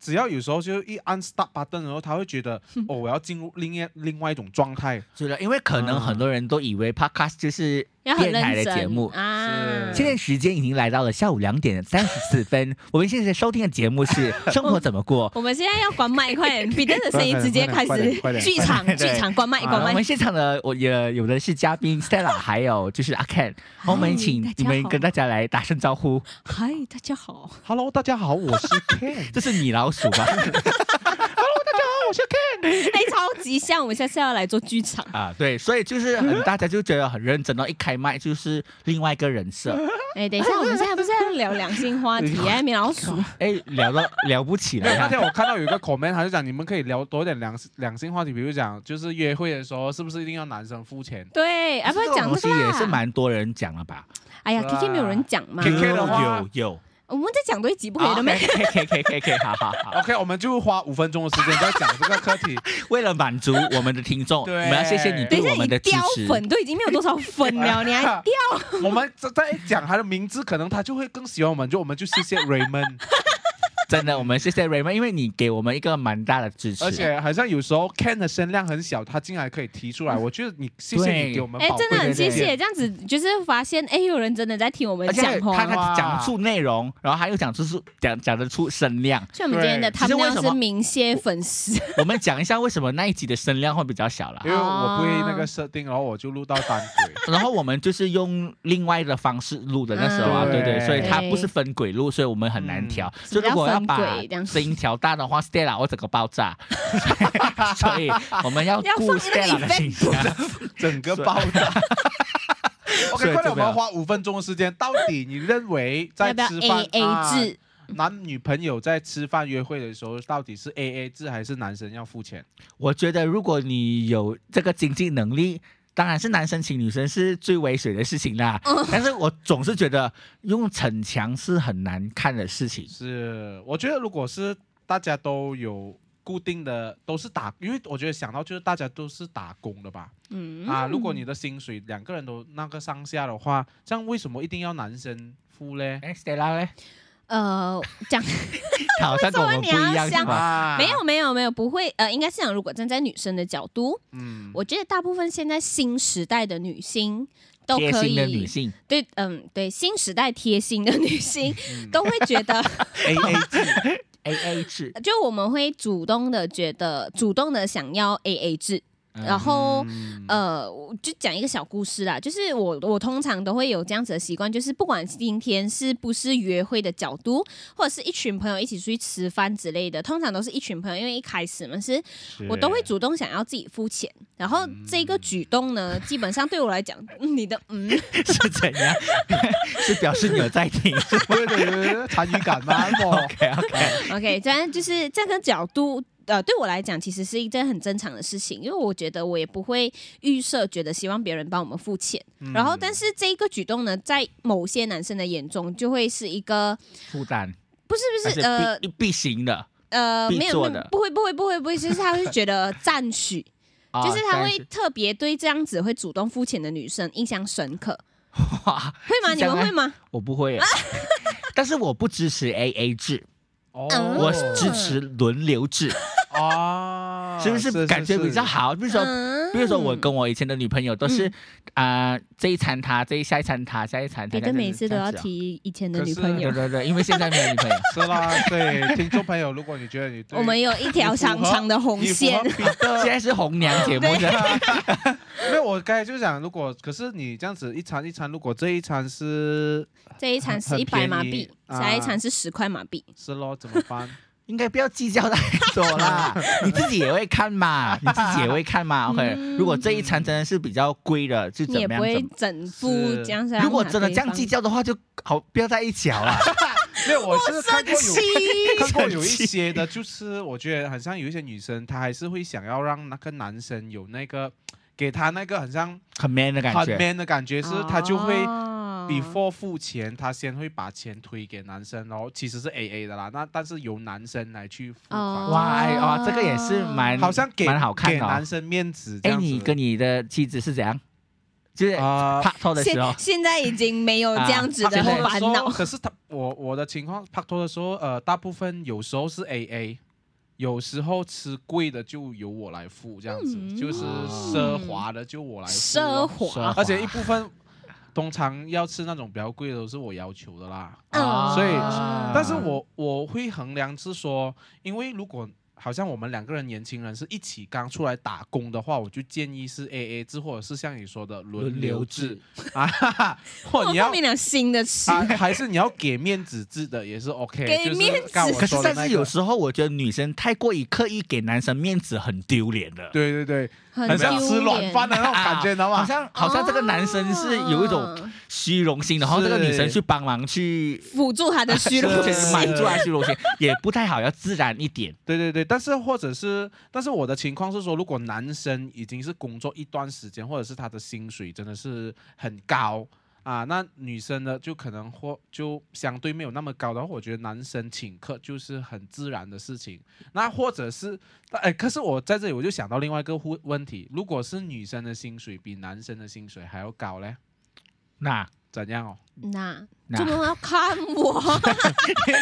[SPEAKER 2] 只要有时候就一按 stop button 然后，他会觉
[SPEAKER 3] [laughs]
[SPEAKER 2] 得哦，我要进入另一另外一种状态。
[SPEAKER 1] 觉得因为可能
[SPEAKER 2] 啊
[SPEAKER 1] 很多人都以为 podcast 就是
[SPEAKER 3] 要很
[SPEAKER 1] 电台
[SPEAKER 3] 认
[SPEAKER 1] 的节
[SPEAKER 3] 真
[SPEAKER 1] 目。
[SPEAKER 3] 啊。
[SPEAKER 1] 现在时间已经来到了下午两点三十四分， [laughs] 我们现在收听的节目是《生活怎么 [laughs] 过》，
[SPEAKER 3] 我们现在要关麦，快点！彼得的声音直接
[SPEAKER 1] [laughs]
[SPEAKER 3] 开
[SPEAKER 2] 快点快
[SPEAKER 3] 始
[SPEAKER 2] 点
[SPEAKER 3] 剧场，
[SPEAKER 1] 快点
[SPEAKER 3] 剧场关麦，
[SPEAKER 1] 啊我
[SPEAKER 3] 关麦
[SPEAKER 1] 们。现场的我也有的是嘉宾 Stella，还有就是阿 Ken，我们请你们跟大家来打声招 [laughs] 呼。
[SPEAKER 3] 嗨，大家好， [laughs]
[SPEAKER 2] Hello，大家好，我
[SPEAKER 1] [laughs]
[SPEAKER 2] 是 Ken。
[SPEAKER 1] 这是米老鼠吧？ [laughs]
[SPEAKER 3] 哎，超级像！我们下次要来做剧场，
[SPEAKER 1] 啊，对，所以就是很大家就觉得很认真，然后一开麦就是另外一个人 [laughs] 设。
[SPEAKER 3] 哎，等一下，我们现在不是要聊两性话题？哎，米老
[SPEAKER 1] [laughs]
[SPEAKER 3] 鼠，
[SPEAKER 1] 哎，聊到聊不起
[SPEAKER 2] 没有，
[SPEAKER 1] 来
[SPEAKER 2] 那
[SPEAKER 1] 啊。
[SPEAKER 2] 天我看到有一个 comment，他就讲你们可以聊多一点两两性话题，比如讲就是约会的时候是不是一定要男生付钱
[SPEAKER 3] 对，啊，不要
[SPEAKER 1] 这种
[SPEAKER 3] 讲
[SPEAKER 1] 东
[SPEAKER 3] 这
[SPEAKER 1] 西
[SPEAKER 3] 个
[SPEAKER 1] 也
[SPEAKER 3] 啦
[SPEAKER 1] 是蛮多人讲了 [laughs] 吧
[SPEAKER 3] 哎呀
[SPEAKER 2] 是吧
[SPEAKER 3] ，K K 没有人讲嘛，
[SPEAKER 2] K K 的话
[SPEAKER 1] 有有，啊
[SPEAKER 3] 我们再讲多一集不可以的吗？
[SPEAKER 1] [laughs] ？K K K K K，好好好。
[SPEAKER 2] ？OK，我们就花五分钟的时间在讲这个课题。
[SPEAKER 1] 为了满足我们的听众，我
[SPEAKER 2] 对
[SPEAKER 1] 们要谢谢你对
[SPEAKER 3] 等一下，
[SPEAKER 1] 我们
[SPEAKER 3] 你
[SPEAKER 1] 的支
[SPEAKER 3] 掉
[SPEAKER 1] 持。
[SPEAKER 3] 粉都已经没有多少
[SPEAKER 1] [laughs]
[SPEAKER 3] 粉了，你还
[SPEAKER 2] [laughs] 我们再再讲他的名字，可能他就会更喜欢我们，就我们就谢谢 Raymond。
[SPEAKER 1] 真的，我们谢谢 Raymond，因为你给我们一个蛮大的支持。
[SPEAKER 2] 而且好像有时候 Ken 的声量很小，他竟然可以提出来，我觉得你谢谢
[SPEAKER 1] 对
[SPEAKER 2] 你给我们
[SPEAKER 3] 哎
[SPEAKER 2] 宝，贵
[SPEAKER 3] 真的很
[SPEAKER 2] 的
[SPEAKER 3] 谢
[SPEAKER 2] 意见
[SPEAKER 3] 谢，这样子就是发现，哎，有人真的在听我们
[SPEAKER 1] 而且
[SPEAKER 3] 讲
[SPEAKER 1] 他
[SPEAKER 3] 话。哦
[SPEAKER 1] 他讲出内容，然后他又讲出出讲讲得出声量。
[SPEAKER 3] 所以我们今天的
[SPEAKER 1] 对其实为
[SPEAKER 3] thumbnail
[SPEAKER 1] 什
[SPEAKER 3] 是
[SPEAKER 1] 么
[SPEAKER 3] 明谢粉丝，
[SPEAKER 1] [laughs] 我们讲一下为什么那一集的声量会比较小啦
[SPEAKER 2] 因。为我不会那
[SPEAKER 3] 哦
[SPEAKER 2] 个设定，然后我就录到单轨。
[SPEAKER 1] 然后我们就是用另外的方式录的那时候啊，
[SPEAKER 2] 嗯
[SPEAKER 1] 对对，
[SPEAKER 2] 对
[SPEAKER 1] 所以它不是分轨录，所以我们很难调。所以如果要把声音调大的话，Stella 会整个爆炸。所以我们要
[SPEAKER 3] [laughs] 要
[SPEAKER 1] 顾
[SPEAKER 3] 放那个
[SPEAKER 1] Stella 的形象。
[SPEAKER 2] 整个爆炸。
[SPEAKER 1] 所
[SPEAKER 2] OK，
[SPEAKER 1] 以
[SPEAKER 2] 快点，
[SPEAKER 1] 就
[SPEAKER 2] 我
[SPEAKER 1] 不
[SPEAKER 2] 们
[SPEAKER 1] 要
[SPEAKER 2] 花五分钟的时间，到底你认为在
[SPEAKER 3] [laughs] 要不要
[SPEAKER 2] 吃饭
[SPEAKER 3] A A
[SPEAKER 2] 啊
[SPEAKER 3] 制？
[SPEAKER 2] 男女朋友在吃饭约会的时候，到底是 A A 制还是男生要付钱？
[SPEAKER 1] 我觉得如果你有这个经济能力，当然是男生请女生是最危险的事情啦。
[SPEAKER 3] 嗯
[SPEAKER 1] 但是我总是觉得用逞强是很难看的事情。
[SPEAKER 2] 是，我觉得如果是大家都有固定的，都是打，因为我觉得想到就是大家都是打工的吧。
[SPEAKER 3] 嗯
[SPEAKER 2] 啊，如果你的薪水两个人都那个上下的话，这样为什么一定要男生付嘞？
[SPEAKER 1] 哎，Stella
[SPEAKER 3] [laughs]
[SPEAKER 1] 嘞，
[SPEAKER 3] 呃讲
[SPEAKER 1] 啊她好像跟我们不一样是吧？
[SPEAKER 2] 啊
[SPEAKER 3] 没有，没有没有不会呃，应该是讲如果站在女生的角度，
[SPEAKER 2] 嗯，
[SPEAKER 3] 我觉得大部分现在新时代的女星都
[SPEAKER 1] 贴
[SPEAKER 3] 可
[SPEAKER 1] 心的女
[SPEAKER 3] 以 [laughs]
[SPEAKER 1] 性，
[SPEAKER 3] 对嗯对新时代贴心的女星
[SPEAKER 2] 嗯
[SPEAKER 3] 都会觉得 [laughs]
[SPEAKER 2] A A 制，
[SPEAKER 1] A A 制，
[SPEAKER 3] 就我们会主动的觉得，主动的想要 A A 制，然后
[SPEAKER 2] 嗯
[SPEAKER 3] 呃，我就讲一个小故事啦，就是我我通常都会有这样子的习惯，就是不管今天是不是约会的角度，或者是一群朋友一起出去吃饭之类的，通常都是一群朋友，因为一开始嘛是我都会主动想要自己付钱，然后这个举动呢，基本上对我来讲，嗯你的嗯，
[SPEAKER 1] [laughs] 是怎样？ [laughs] 是表示你有在听
[SPEAKER 2] 对对对对，参与感 [laughs] 嘛，
[SPEAKER 1] ？OK OK，
[SPEAKER 3] OK，这样就是这个角度。呃，对我来讲，其实是一件很正常的事情，因为我觉得我也不会预设，觉得希望别人帮我们付钱。
[SPEAKER 2] 嗯
[SPEAKER 1] 嗯
[SPEAKER 3] 然后，但是这一个举动呢，在某些男生的眼中，就会是一个
[SPEAKER 1] 负担
[SPEAKER 3] 不 [laughs] 是不
[SPEAKER 1] 还是
[SPEAKER 3] 是呃
[SPEAKER 1] 必必行的，
[SPEAKER 3] 呃
[SPEAKER 1] 必
[SPEAKER 3] 没有
[SPEAKER 1] 做
[SPEAKER 3] 没有
[SPEAKER 1] 的
[SPEAKER 3] 不会不会不会不会，就是他会觉得赞许，
[SPEAKER 1] [laughs] 啊
[SPEAKER 3] 就是他会
[SPEAKER 1] 但
[SPEAKER 3] 特别对这样子会主动付钱的女生印象深刻，
[SPEAKER 1] 哇，
[SPEAKER 3] 会吗？
[SPEAKER 1] 是 [laughs]
[SPEAKER 3] 你
[SPEAKER 1] 这样
[SPEAKER 3] 们
[SPEAKER 1] 吗
[SPEAKER 3] 会吗？
[SPEAKER 1] 我不
[SPEAKER 3] [laughs]
[SPEAKER 1] 会耶，但是我不支持 A A 制，
[SPEAKER 2] 哦
[SPEAKER 3] 嗯
[SPEAKER 1] 我支持轮流制，
[SPEAKER 2] 啊，
[SPEAKER 1] 哦是不是感觉比较？好？比如说
[SPEAKER 3] 嗯
[SPEAKER 1] 比如说，我跟我以前的女朋友都是啊、呃这一餐她，这一下一餐她，下一餐她。
[SPEAKER 3] 别跟每次都要
[SPEAKER 1] 这样子哦。
[SPEAKER 3] 提以前的
[SPEAKER 2] 可
[SPEAKER 3] 女
[SPEAKER 2] 是
[SPEAKER 3] 朋
[SPEAKER 1] 对
[SPEAKER 3] 友，
[SPEAKER 1] 对对，因为现在没有女朋友。
[SPEAKER 2] 是啦，所以
[SPEAKER 3] [laughs]
[SPEAKER 2] 听众朋友，如果你觉得你对
[SPEAKER 3] 我们有一条
[SPEAKER 2] 你符合
[SPEAKER 3] 长长的红
[SPEAKER 2] 你符合
[SPEAKER 3] 线。
[SPEAKER 2] 彼得
[SPEAKER 1] 现在 [laughs] 是红娘节目的，
[SPEAKER 2] 因为我刚才就想，如果可是你这样子一餐一餐，如果这一餐是
[SPEAKER 3] 这
[SPEAKER 1] [laughs]
[SPEAKER 3] 一场是
[SPEAKER 2] 很
[SPEAKER 3] 一
[SPEAKER 2] 便
[SPEAKER 3] 百
[SPEAKER 2] 宜
[SPEAKER 3] 马币，
[SPEAKER 2] 啊
[SPEAKER 3] 下一场是十块马币。
[SPEAKER 2] 是咯，怎么办？
[SPEAKER 1] 应该不要计较太多啦。
[SPEAKER 2] [laughs]
[SPEAKER 1] 你自己也会看嘛，你自己也会看嘛。OK，、
[SPEAKER 3] 嗯
[SPEAKER 1] 如果这一餐真的是比较贵的，就
[SPEAKER 3] 你
[SPEAKER 1] 怎
[SPEAKER 3] 也
[SPEAKER 1] 么
[SPEAKER 3] 不
[SPEAKER 1] 样
[SPEAKER 3] 会
[SPEAKER 1] 怎么。
[SPEAKER 3] 整副
[SPEAKER 2] 是
[SPEAKER 3] 这样子。
[SPEAKER 1] 如果真的这样计，较的话，就好不要在一起好
[SPEAKER 3] [laughs]
[SPEAKER 1] 了。
[SPEAKER 2] 没有，我是看过有
[SPEAKER 3] 气
[SPEAKER 2] 看过有一些的，就是我觉得好像有一些女生，她还是会想要让那个男生有那个给她那个很像
[SPEAKER 1] 很 man 的感
[SPEAKER 2] 很
[SPEAKER 1] 觉，
[SPEAKER 2] man 的感觉，是她就会
[SPEAKER 3] 哦
[SPEAKER 2] before 付钱，她先会把钱推给男生，然后其实是 A A 的啦，那但是由男生来去付款，
[SPEAKER 1] 哇哎
[SPEAKER 3] 哦
[SPEAKER 1] 哇，这个也是蛮
[SPEAKER 2] 好像给
[SPEAKER 1] 蛮好看
[SPEAKER 2] 给
[SPEAKER 1] 的、哦
[SPEAKER 2] 男。生面子这
[SPEAKER 1] 哎，
[SPEAKER 2] 样子。
[SPEAKER 1] 你跟你的妻子是怎样？就是
[SPEAKER 2] 啊
[SPEAKER 1] 拍拖的时候
[SPEAKER 3] 现，现在已经没有这样子
[SPEAKER 1] 啊
[SPEAKER 3] 的
[SPEAKER 1] 现在
[SPEAKER 3] 烦
[SPEAKER 2] 时候
[SPEAKER 3] 恼。
[SPEAKER 2] 可是他我我的情况拍拖的时候，呃，大部分有时候是 A A，有时候吃贵的就由我来付，这样子、
[SPEAKER 3] 嗯
[SPEAKER 2] 就是奢华的就我来付
[SPEAKER 3] 奢
[SPEAKER 2] 咯。
[SPEAKER 1] 奢
[SPEAKER 3] 华，
[SPEAKER 1] 华
[SPEAKER 2] 而且一部分通常要吃那种比较贵的都是我要求的啦。
[SPEAKER 1] 啊
[SPEAKER 2] 所以
[SPEAKER 3] 啊
[SPEAKER 2] 但是我我会衡量是说，因为如果好像我们两个人年轻人是一起刚出来打工的话，我就建议是 A A 制，或者是像你说的轮流制啊，哈哈，或者
[SPEAKER 3] 我
[SPEAKER 2] 你
[SPEAKER 3] 后
[SPEAKER 2] 要
[SPEAKER 3] 面了新的词，
[SPEAKER 2] [laughs] 啊，还是你要给面子制的也是 OK，
[SPEAKER 3] 给
[SPEAKER 2] 就是
[SPEAKER 3] 面子
[SPEAKER 2] 刚我
[SPEAKER 1] 可是
[SPEAKER 2] 说，的
[SPEAKER 1] 但
[SPEAKER 2] 那
[SPEAKER 1] 是
[SPEAKER 2] 个
[SPEAKER 1] 有时候我觉得女生太过于刻意给男生面子，很丢脸的。
[SPEAKER 2] 对对对，
[SPEAKER 3] 很
[SPEAKER 2] 像吃
[SPEAKER 3] 丢
[SPEAKER 2] 软
[SPEAKER 3] 脸
[SPEAKER 2] 饭的那种感觉，你知道
[SPEAKER 1] 好
[SPEAKER 2] 吗？
[SPEAKER 1] 像好像这个男生是有一种
[SPEAKER 3] 啊
[SPEAKER 1] 虚荣心，然后这个女生
[SPEAKER 2] 是
[SPEAKER 1] 去帮忙去
[SPEAKER 3] 辅助他
[SPEAKER 1] [laughs]
[SPEAKER 3] 的 [laughs] 虚荣
[SPEAKER 1] 去
[SPEAKER 2] 是
[SPEAKER 1] 满
[SPEAKER 3] 心。
[SPEAKER 1] 足啊他虚荣心，也不太好，要自然一点。
[SPEAKER 2] 对对对，但是或者是，但是我的情况是说，如果男生已经是工作一段时间，或者是他的薪水真的是很高啊，那女生呢就可能或就相对没有那么高，然后我觉得男生请客就是很自然的事情。那或者是，哎，可是我在这里我就想到另外一个问问题，如果是女生的薪水比男生的薪水还要高嘞，
[SPEAKER 3] [laughs]
[SPEAKER 1] 那
[SPEAKER 2] 怎样哦？
[SPEAKER 3] 那
[SPEAKER 1] 那
[SPEAKER 3] 这么要看我，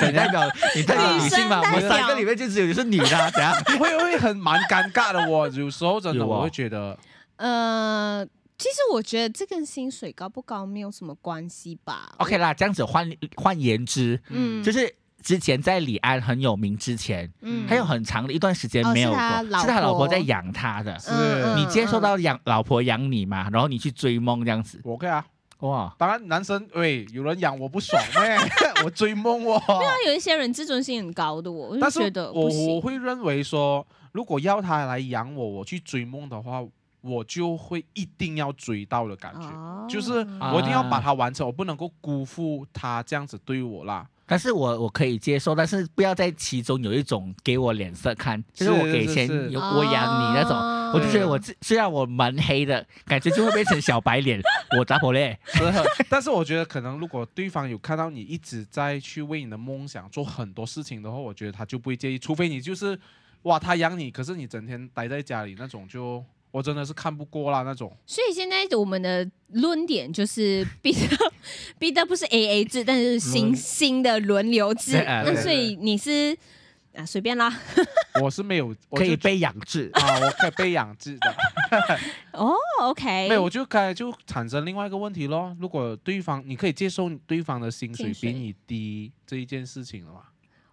[SPEAKER 1] 你代表你代表女性嘛？
[SPEAKER 3] 女
[SPEAKER 1] 我们
[SPEAKER 3] 生代表
[SPEAKER 1] 三个里面就只有你是女的 [laughs] 啊，怎样？
[SPEAKER 2] 会会很蛮尴尬的我，有时候真的
[SPEAKER 1] 有哦
[SPEAKER 2] 我会觉得，
[SPEAKER 3] [laughs] 呃，其实我觉得这跟薪水高不高没有什么关系吧。
[SPEAKER 1] OK 啦，这样子换换言之，
[SPEAKER 3] 嗯，
[SPEAKER 1] 就是是之前在李安很有名之前，
[SPEAKER 3] 嗯
[SPEAKER 1] 还有很长的一段时间
[SPEAKER 3] 哦
[SPEAKER 1] 没有
[SPEAKER 3] 是他
[SPEAKER 1] 过，
[SPEAKER 3] 老
[SPEAKER 1] 是他老
[SPEAKER 3] 婆
[SPEAKER 1] 婆在养他的。
[SPEAKER 2] 是
[SPEAKER 3] 嗯
[SPEAKER 1] 你接受到养老婆养你嘛，然后你去追梦这样子，
[SPEAKER 2] 我 OK 啊。
[SPEAKER 1] 哇，
[SPEAKER 2] 当然，男生喂，有人养我不爽
[SPEAKER 3] [laughs]
[SPEAKER 2] 咩，我追梦哦。
[SPEAKER 3] 那啊有一些人自尊心很高的我，我就
[SPEAKER 2] 但是
[SPEAKER 3] 觉得
[SPEAKER 2] 我
[SPEAKER 3] 不
[SPEAKER 2] 我
[SPEAKER 3] 行。
[SPEAKER 2] 会认为说，如果要他来养我，我去追梦的话，我就会一定要追到的感觉，
[SPEAKER 3] 哦
[SPEAKER 2] 就是我一定要把它完成，我不能够辜负他这样子对我啦。
[SPEAKER 1] 但是我我可以接受，但是不要在其中有一种给我脸色看，就是
[SPEAKER 2] 是
[SPEAKER 1] 我给钱
[SPEAKER 2] 是是
[SPEAKER 1] 有我养你那种，
[SPEAKER 3] 哦
[SPEAKER 1] 我就觉得我自虽然我蛮黑的，感觉就会变成小白
[SPEAKER 2] [laughs]
[SPEAKER 1] 脸，我咋不嘞？
[SPEAKER 2] 是很， [laughs] 但是我觉得可能如果对方有看到你一直在去为你的梦想做很多事情的话，我觉得他就不会介意，除非你就是哇他养你，可是你整天待在家里那种就，我真的是看不过啦那种。
[SPEAKER 3] 所以现在我们的论点就是 [laughs] 彼得彼得不是 A A 制，但是是新
[SPEAKER 1] 轮
[SPEAKER 3] 新的轮流制。
[SPEAKER 1] 嗯对啊
[SPEAKER 3] 那
[SPEAKER 1] 对
[SPEAKER 3] 所以你是啊随便啦。
[SPEAKER 2] 我是没有，我
[SPEAKER 1] 可以
[SPEAKER 2] 就。
[SPEAKER 1] 被养制
[SPEAKER 2] [laughs] 啊，我可以被养制的。
[SPEAKER 3] 哦，OK，
[SPEAKER 2] 没有，我就该就产生另外一个问题咯。如果对方你可以接受对方的薪水
[SPEAKER 3] 薪水
[SPEAKER 2] 比你低这一件事情了嘛？，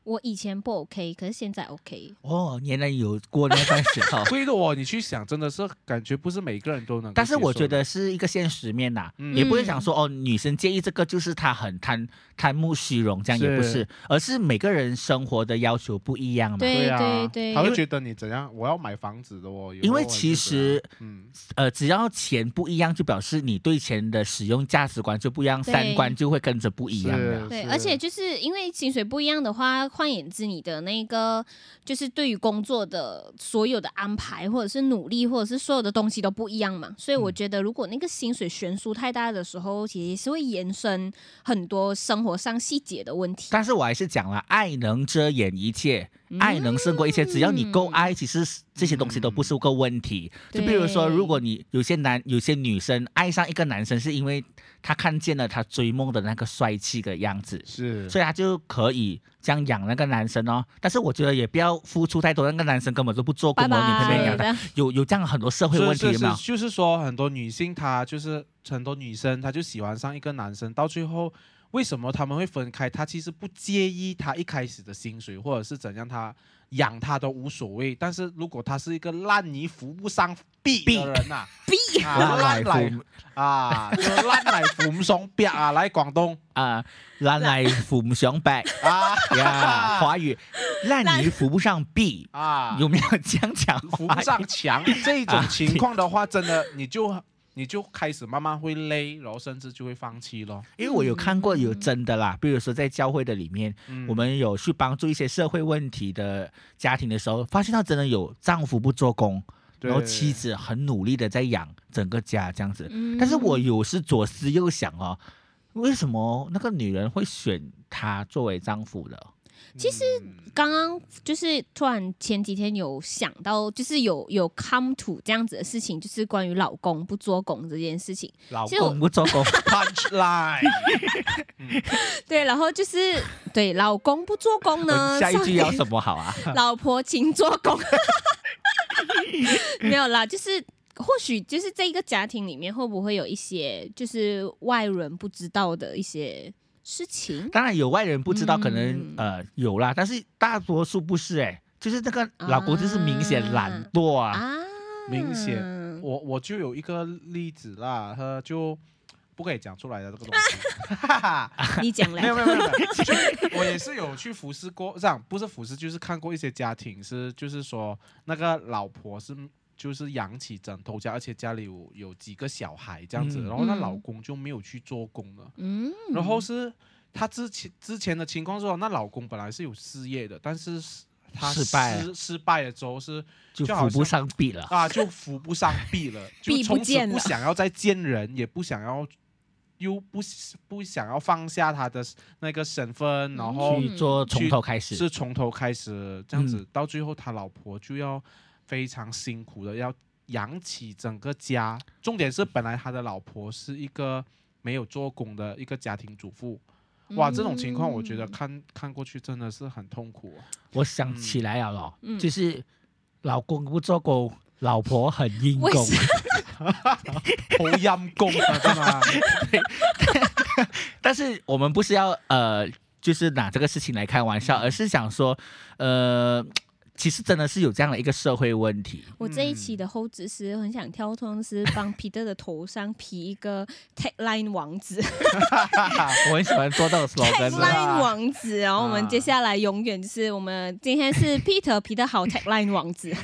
[SPEAKER 3] 我以前不 OK，可是现在 OK。
[SPEAKER 1] 哦，原来有过那段时候
[SPEAKER 2] [laughs] 对的哦，你去想，真的是感觉不是每个人都能够接受的。
[SPEAKER 1] 但是我觉得是一个现实面呐、
[SPEAKER 2] 嗯
[SPEAKER 1] 也不会想说哦，女生介意这个就是她很贪贪慕虚荣，这样也不
[SPEAKER 2] 是
[SPEAKER 1] 是，而是每个人生活的要求不一样嘛。
[SPEAKER 3] 对
[SPEAKER 2] 对啊，
[SPEAKER 3] 对
[SPEAKER 2] 他
[SPEAKER 3] 因
[SPEAKER 2] 会
[SPEAKER 3] 为
[SPEAKER 2] 觉得你怎样，我要买房子的哦。有
[SPEAKER 1] 因
[SPEAKER 2] 时候
[SPEAKER 1] 为
[SPEAKER 2] 我
[SPEAKER 1] 其
[SPEAKER 2] 就觉得
[SPEAKER 1] 实，
[SPEAKER 2] 嗯，
[SPEAKER 1] 呃，只要钱不一样，就表示你对钱的使用价值观就不一样，
[SPEAKER 3] 对
[SPEAKER 1] 三观就会跟着不一样的。
[SPEAKER 2] 是
[SPEAKER 3] 对，
[SPEAKER 2] 是
[SPEAKER 3] 而且就是因为薪水不一样的话，换言之，你的那个就是对于工作的所有的安排，或者是努力，或者是所有的东西都不一样嘛。所以我
[SPEAKER 1] 嗯
[SPEAKER 3] 觉得，如果那个薪水悬殊太大的时候，其实是会延伸很多生活上细节的问题。
[SPEAKER 1] 但是我还是讲了，爱能遮掩一切，
[SPEAKER 3] 嗯
[SPEAKER 1] 爱能胜过一切。只要你够爱，其实这些东西都不是个问题。就
[SPEAKER 3] 嗯
[SPEAKER 1] 比如说，
[SPEAKER 3] 对
[SPEAKER 1] 如果你有些男、有些女生爱上一个男生，是因为她看见了他追梦的那个帅气的样子，
[SPEAKER 2] 是
[SPEAKER 1] 所以她就可以这样养那个男生哦。但是我觉得也不要付出太多，那个男生根本都不做工
[SPEAKER 3] 拜
[SPEAKER 1] 哦，你偏偏
[SPEAKER 3] 拜，
[SPEAKER 1] 养他，有有这样很多社会
[SPEAKER 2] 是
[SPEAKER 1] 问题
[SPEAKER 2] 是
[SPEAKER 1] 有没有
[SPEAKER 2] 是？就是说，很多女性她就是很多女生，她就喜欢上一个男生，到最后为什么他们会分开？她其实不介意他一开始的薪水或者是怎样，她养他都无所谓。但是如果他是一个烂泥扶不上壁
[SPEAKER 1] 壁
[SPEAKER 2] 的 [laughs] 人呐、
[SPEAKER 3] 必
[SPEAKER 2] 啊，
[SPEAKER 1] 烂奶
[SPEAKER 2] 烂奶
[SPEAKER 1] 扶
[SPEAKER 2] 啊，就烂奶扶唔上壁啊，来广东
[SPEAKER 1] 啊，烂奶扶不上壁
[SPEAKER 2] 啊
[SPEAKER 1] 呀，华语烂泥扶不上壁，
[SPEAKER 2] 啊，
[SPEAKER 1] 有没有这样讲话？
[SPEAKER 2] 扶不上墙这种
[SPEAKER 1] 啊
[SPEAKER 2] 情况的话，真的
[SPEAKER 1] [laughs]
[SPEAKER 2] 你就你就开始慢慢会累，然后甚至就会放弃咯。
[SPEAKER 1] 因为我有看过有
[SPEAKER 3] 嗯
[SPEAKER 1] 真的啦，比如说在教会的里面，
[SPEAKER 2] 嗯
[SPEAKER 1] 我们有去帮助一些社会问题的家庭的时候，发现到真的有丈夫不做工，然后
[SPEAKER 2] 对
[SPEAKER 1] 妻子很努力的在养整个家这样子。
[SPEAKER 3] 嗯
[SPEAKER 1] 但是我有时左思右想哦，为什么那个女人会选他作为丈夫的？
[SPEAKER 3] 其实
[SPEAKER 2] 嗯
[SPEAKER 3] 刚刚就是突然前几天有想到，就是有有 come to 这样子的事情，就是关于老公不做工这件事情。
[SPEAKER 2] 老
[SPEAKER 3] 其
[SPEAKER 2] 公
[SPEAKER 3] 实我
[SPEAKER 1] 公不做工，
[SPEAKER 2] punch
[SPEAKER 3] [laughs]
[SPEAKER 2] line，
[SPEAKER 3] 对，然后就是
[SPEAKER 1] [laughs]
[SPEAKER 3] 对老公不做工呢，
[SPEAKER 1] 下一句
[SPEAKER 3] 上
[SPEAKER 1] 要什么好啊？
[SPEAKER 3] [laughs] 老婆请做工， [laughs] 没有啦，就是。或许就是这一个家庭里面会不会有一些就是外人不知道的一些事情？
[SPEAKER 1] 当然有外人不知道，可能
[SPEAKER 3] 嗯
[SPEAKER 1] 呃有啦，但是大多数不是哎、就是那个老公就是明显懒惰啊
[SPEAKER 3] 啊，
[SPEAKER 2] 明显
[SPEAKER 3] 嗯
[SPEAKER 2] 我我就有一个例子啦，他就不可以讲出来的这个东
[SPEAKER 3] [laughs]
[SPEAKER 2] 西，哈哈，
[SPEAKER 3] 你讲
[SPEAKER 1] [laughs]
[SPEAKER 2] 没有
[SPEAKER 3] 来，
[SPEAKER 2] 没有没有，没有就我也是有去服侍过，这样不是服侍，就是看过一些家庭是，就是说那个老婆是。就是养起整头家，而且家里有有几个小孩这样子，
[SPEAKER 1] 嗯
[SPEAKER 2] 然后那
[SPEAKER 3] 嗯
[SPEAKER 2] 老公就没有去做工了，
[SPEAKER 3] 嗯，
[SPEAKER 2] 然后是她之前之前的情况是说，那老公本来是有事业的，但是是她
[SPEAKER 1] 失败了
[SPEAKER 2] 失失败了之后是
[SPEAKER 1] 就
[SPEAKER 2] 就好
[SPEAKER 1] 扶不
[SPEAKER 2] 像
[SPEAKER 1] 上壁了。
[SPEAKER 2] 啊，就扶不上壁了，就
[SPEAKER 3] 壁不
[SPEAKER 2] 从此
[SPEAKER 3] 见
[SPEAKER 2] 不
[SPEAKER 3] 了
[SPEAKER 2] 想要再见人，也不想要，又不不想要放下他的那个身份，
[SPEAKER 3] 嗯
[SPEAKER 2] 然后
[SPEAKER 1] 去做从头开始，
[SPEAKER 2] 哦嗯是从头开始，这样
[SPEAKER 1] 嗯
[SPEAKER 2] 子、到最后，他老婆就要非常辛苦的要养起整个家。重点是，本来他的老婆是一个没有做工的一个家庭主妇，哇，这种情况我觉得
[SPEAKER 3] 嗯
[SPEAKER 2] 看看过去真的是很痛苦、啊。
[SPEAKER 1] 我想起来了咯，
[SPEAKER 3] 嗯
[SPEAKER 1] 就是老公不做工，老婆很阴
[SPEAKER 3] 为
[SPEAKER 1] 功。 [laughs]
[SPEAKER 2] 好阴公啊，真的。
[SPEAKER 1] 但是我们不是要呃，就是拿这个事情来开玩笑，而是想说，呃，其实真的是有这样的一个社会问题。
[SPEAKER 3] 我这一
[SPEAKER 2] 嗯
[SPEAKER 3] 期的后置是很想跳通是帮 Peter 的头上披一个 tagline 王子
[SPEAKER 1] 我很喜欢做到
[SPEAKER 2] 啊
[SPEAKER 1] slogan 的。
[SPEAKER 3] ，tagline 王子，然后我们接下来永远就是我们今天
[SPEAKER 2] [laughs]
[SPEAKER 3] 是 Peter 皮的好 tagline 王子，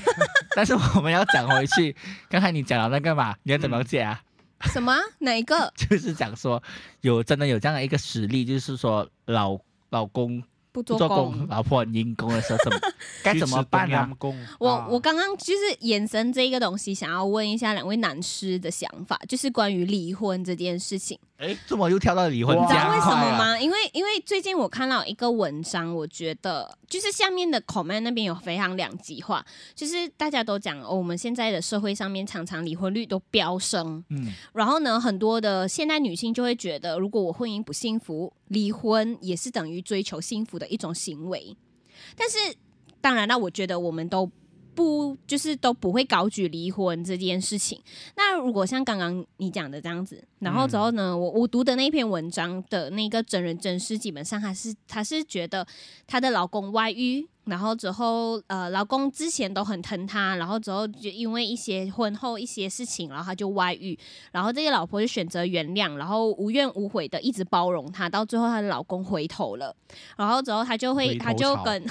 [SPEAKER 1] 但是我们要讲回去，刚才你讲到那个嘛，你要
[SPEAKER 3] 嗯
[SPEAKER 1] 怎么解啊？ [laughs]
[SPEAKER 3] 什么哪一个
[SPEAKER 1] 就是讲说有真的有这样的一个实例，就是说老老公
[SPEAKER 3] 不
[SPEAKER 1] 不
[SPEAKER 3] 做
[SPEAKER 1] 做
[SPEAKER 3] 工？
[SPEAKER 1] 工，老婆很阴功的时候，
[SPEAKER 3] [laughs]
[SPEAKER 1] 怎么该怎么办啊呢、
[SPEAKER 2] 去吃冬阴功
[SPEAKER 3] 我、
[SPEAKER 2] 啊
[SPEAKER 3] 我刚刚就是延伸这个东西，想要问一下两位男士的想法，就是关于离婚这件事情。
[SPEAKER 1] 哎，怎么又跳到离婚？
[SPEAKER 2] 哇
[SPEAKER 3] 你知
[SPEAKER 1] 这
[SPEAKER 3] 道
[SPEAKER 1] 样
[SPEAKER 3] 为什
[SPEAKER 1] 快
[SPEAKER 3] 么
[SPEAKER 1] 啊？
[SPEAKER 3] 吗？因为因为最近我看到一个文章，我觉得就是下面的 comment 那边有非常两极化，就是大家都讲、哦、我们现在的社会上面常常离婚率都飙升，
[SPEAKER 1] 嗯，
[SPEAKER 3] 然后呢，很多的现代女性就会觉得，如果我婚姻不幸福，离婚也是等于追求幸福的一种行为。但是，当然了，我觉得我们都不就是都不会高举离婚这件事情。那如果像刚刚你讲的这样子，然后之后呢，我我读的那篇文章的那个真人真事，基本上她是她是觉得她的老公外遇，然后之后呃，老公之前都很疼她，然后之后就因为一些婚后一些事情，然后她就外遇，然后这个老婆就选择原谅，然后无怨无悔的一直包容她，到最后她的老公回头了，然后之后她就会
[SPEAKER 2] 回头
[SPEAKER 3] 她就
[SPEAKER 2] 草
[SPEAKER 3] 跟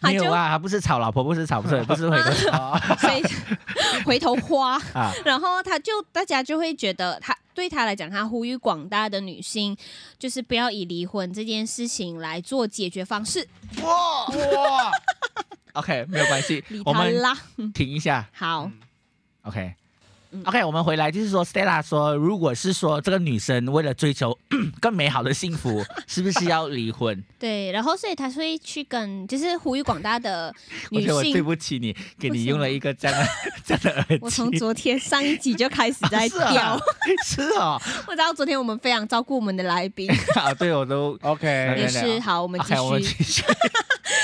[SPEAKER 3] 她
[SPEAKER 1] 没
[SPEAKER 3] 就
[SPEAKER 1] 有啊，他不是吵老婆，不是吵，不是不是回头
[SPEAKER 3] [laughs]
[SPEAKER 1] 草
[SPEAKER 3] 所以回头花。
[SPEAKER 1] 啊，
[SPEAKER 3] 然后他就大家就会觉得他对他来讲，他呼吁广大的女性，就是不要以离婚这件事情来做解决方式。
[SPEAKER 1] 哇哇，OK，没有关系
[SPEAKER 3] 理，
[SPEAKER 1] 我
[SPEAKER 3] 他
[SPEAKER 1] 们嗯
[SPEAKER 3] 啦，
[SPEAKER 1] 停一下
[SPEAKER 2] 嗯
[SPEAKER 3] 好，
[SPEAKER 1] ，OK
[SPEAKER 3] 嗯。
[SPEAKER 1] OK，我们回来就是说，Stella 说，如果是说这个女生为了追求 [coughs] 更美好的幸
[SPEAKER 3] [laughs]
[SPEAKER 1] 福，是不是要离婚？
[SPEAKER 3] 对，然后所以他会去跟，就是呼吁广大的
[SPEAKER 1] 我
[SPEAKER 3] 女
[SPEAKER 1] 觉得我对
[SPEAKER 3] 性。
[SPEAKER 1] 不起你，给
[SPEAKER 3] 为
[SPEAKER 1] 你
[SPEAKER 3] 什
[SPEAKER 1] 用
[SPEAKER 3] 么
[SPEAKER 1] 了一个这
[SPEAKER 3] [laughs]
[SPEAKER 1] 样的这样的耳
[SPEAKER 3] 我从
[SPEAKER 1] 机。
[SPEAKER 3] 昨天上一集就开始
[SPEAKER 1] [laughs]
[SPEAKER 3] 在
[SPEAKER 1] 是啊
[SPEAKER 3] 掉，
[SPEAKER 1] 是
[SPEAKER 3] [laughs]
[SPEAKER 1] 哦，
[SPEAKER 3] 我知道昨天我们非常照顾我们的来宾，
[SPEAKER 1] 啊，对我都
[SPEAKER 2] OK，
[SPEAKER 1] 对啊
[SPEAKER 3] 也
[SPEAKER 1] 对对
[SPEAKER 3] 是好，我们继
[SPEAKER 1] OK，我们
[SPEAKER 3] 续。
[SPEAKER 1] 继
[SPEAKER 3] [laughs]
[SPEAKER 1] 续。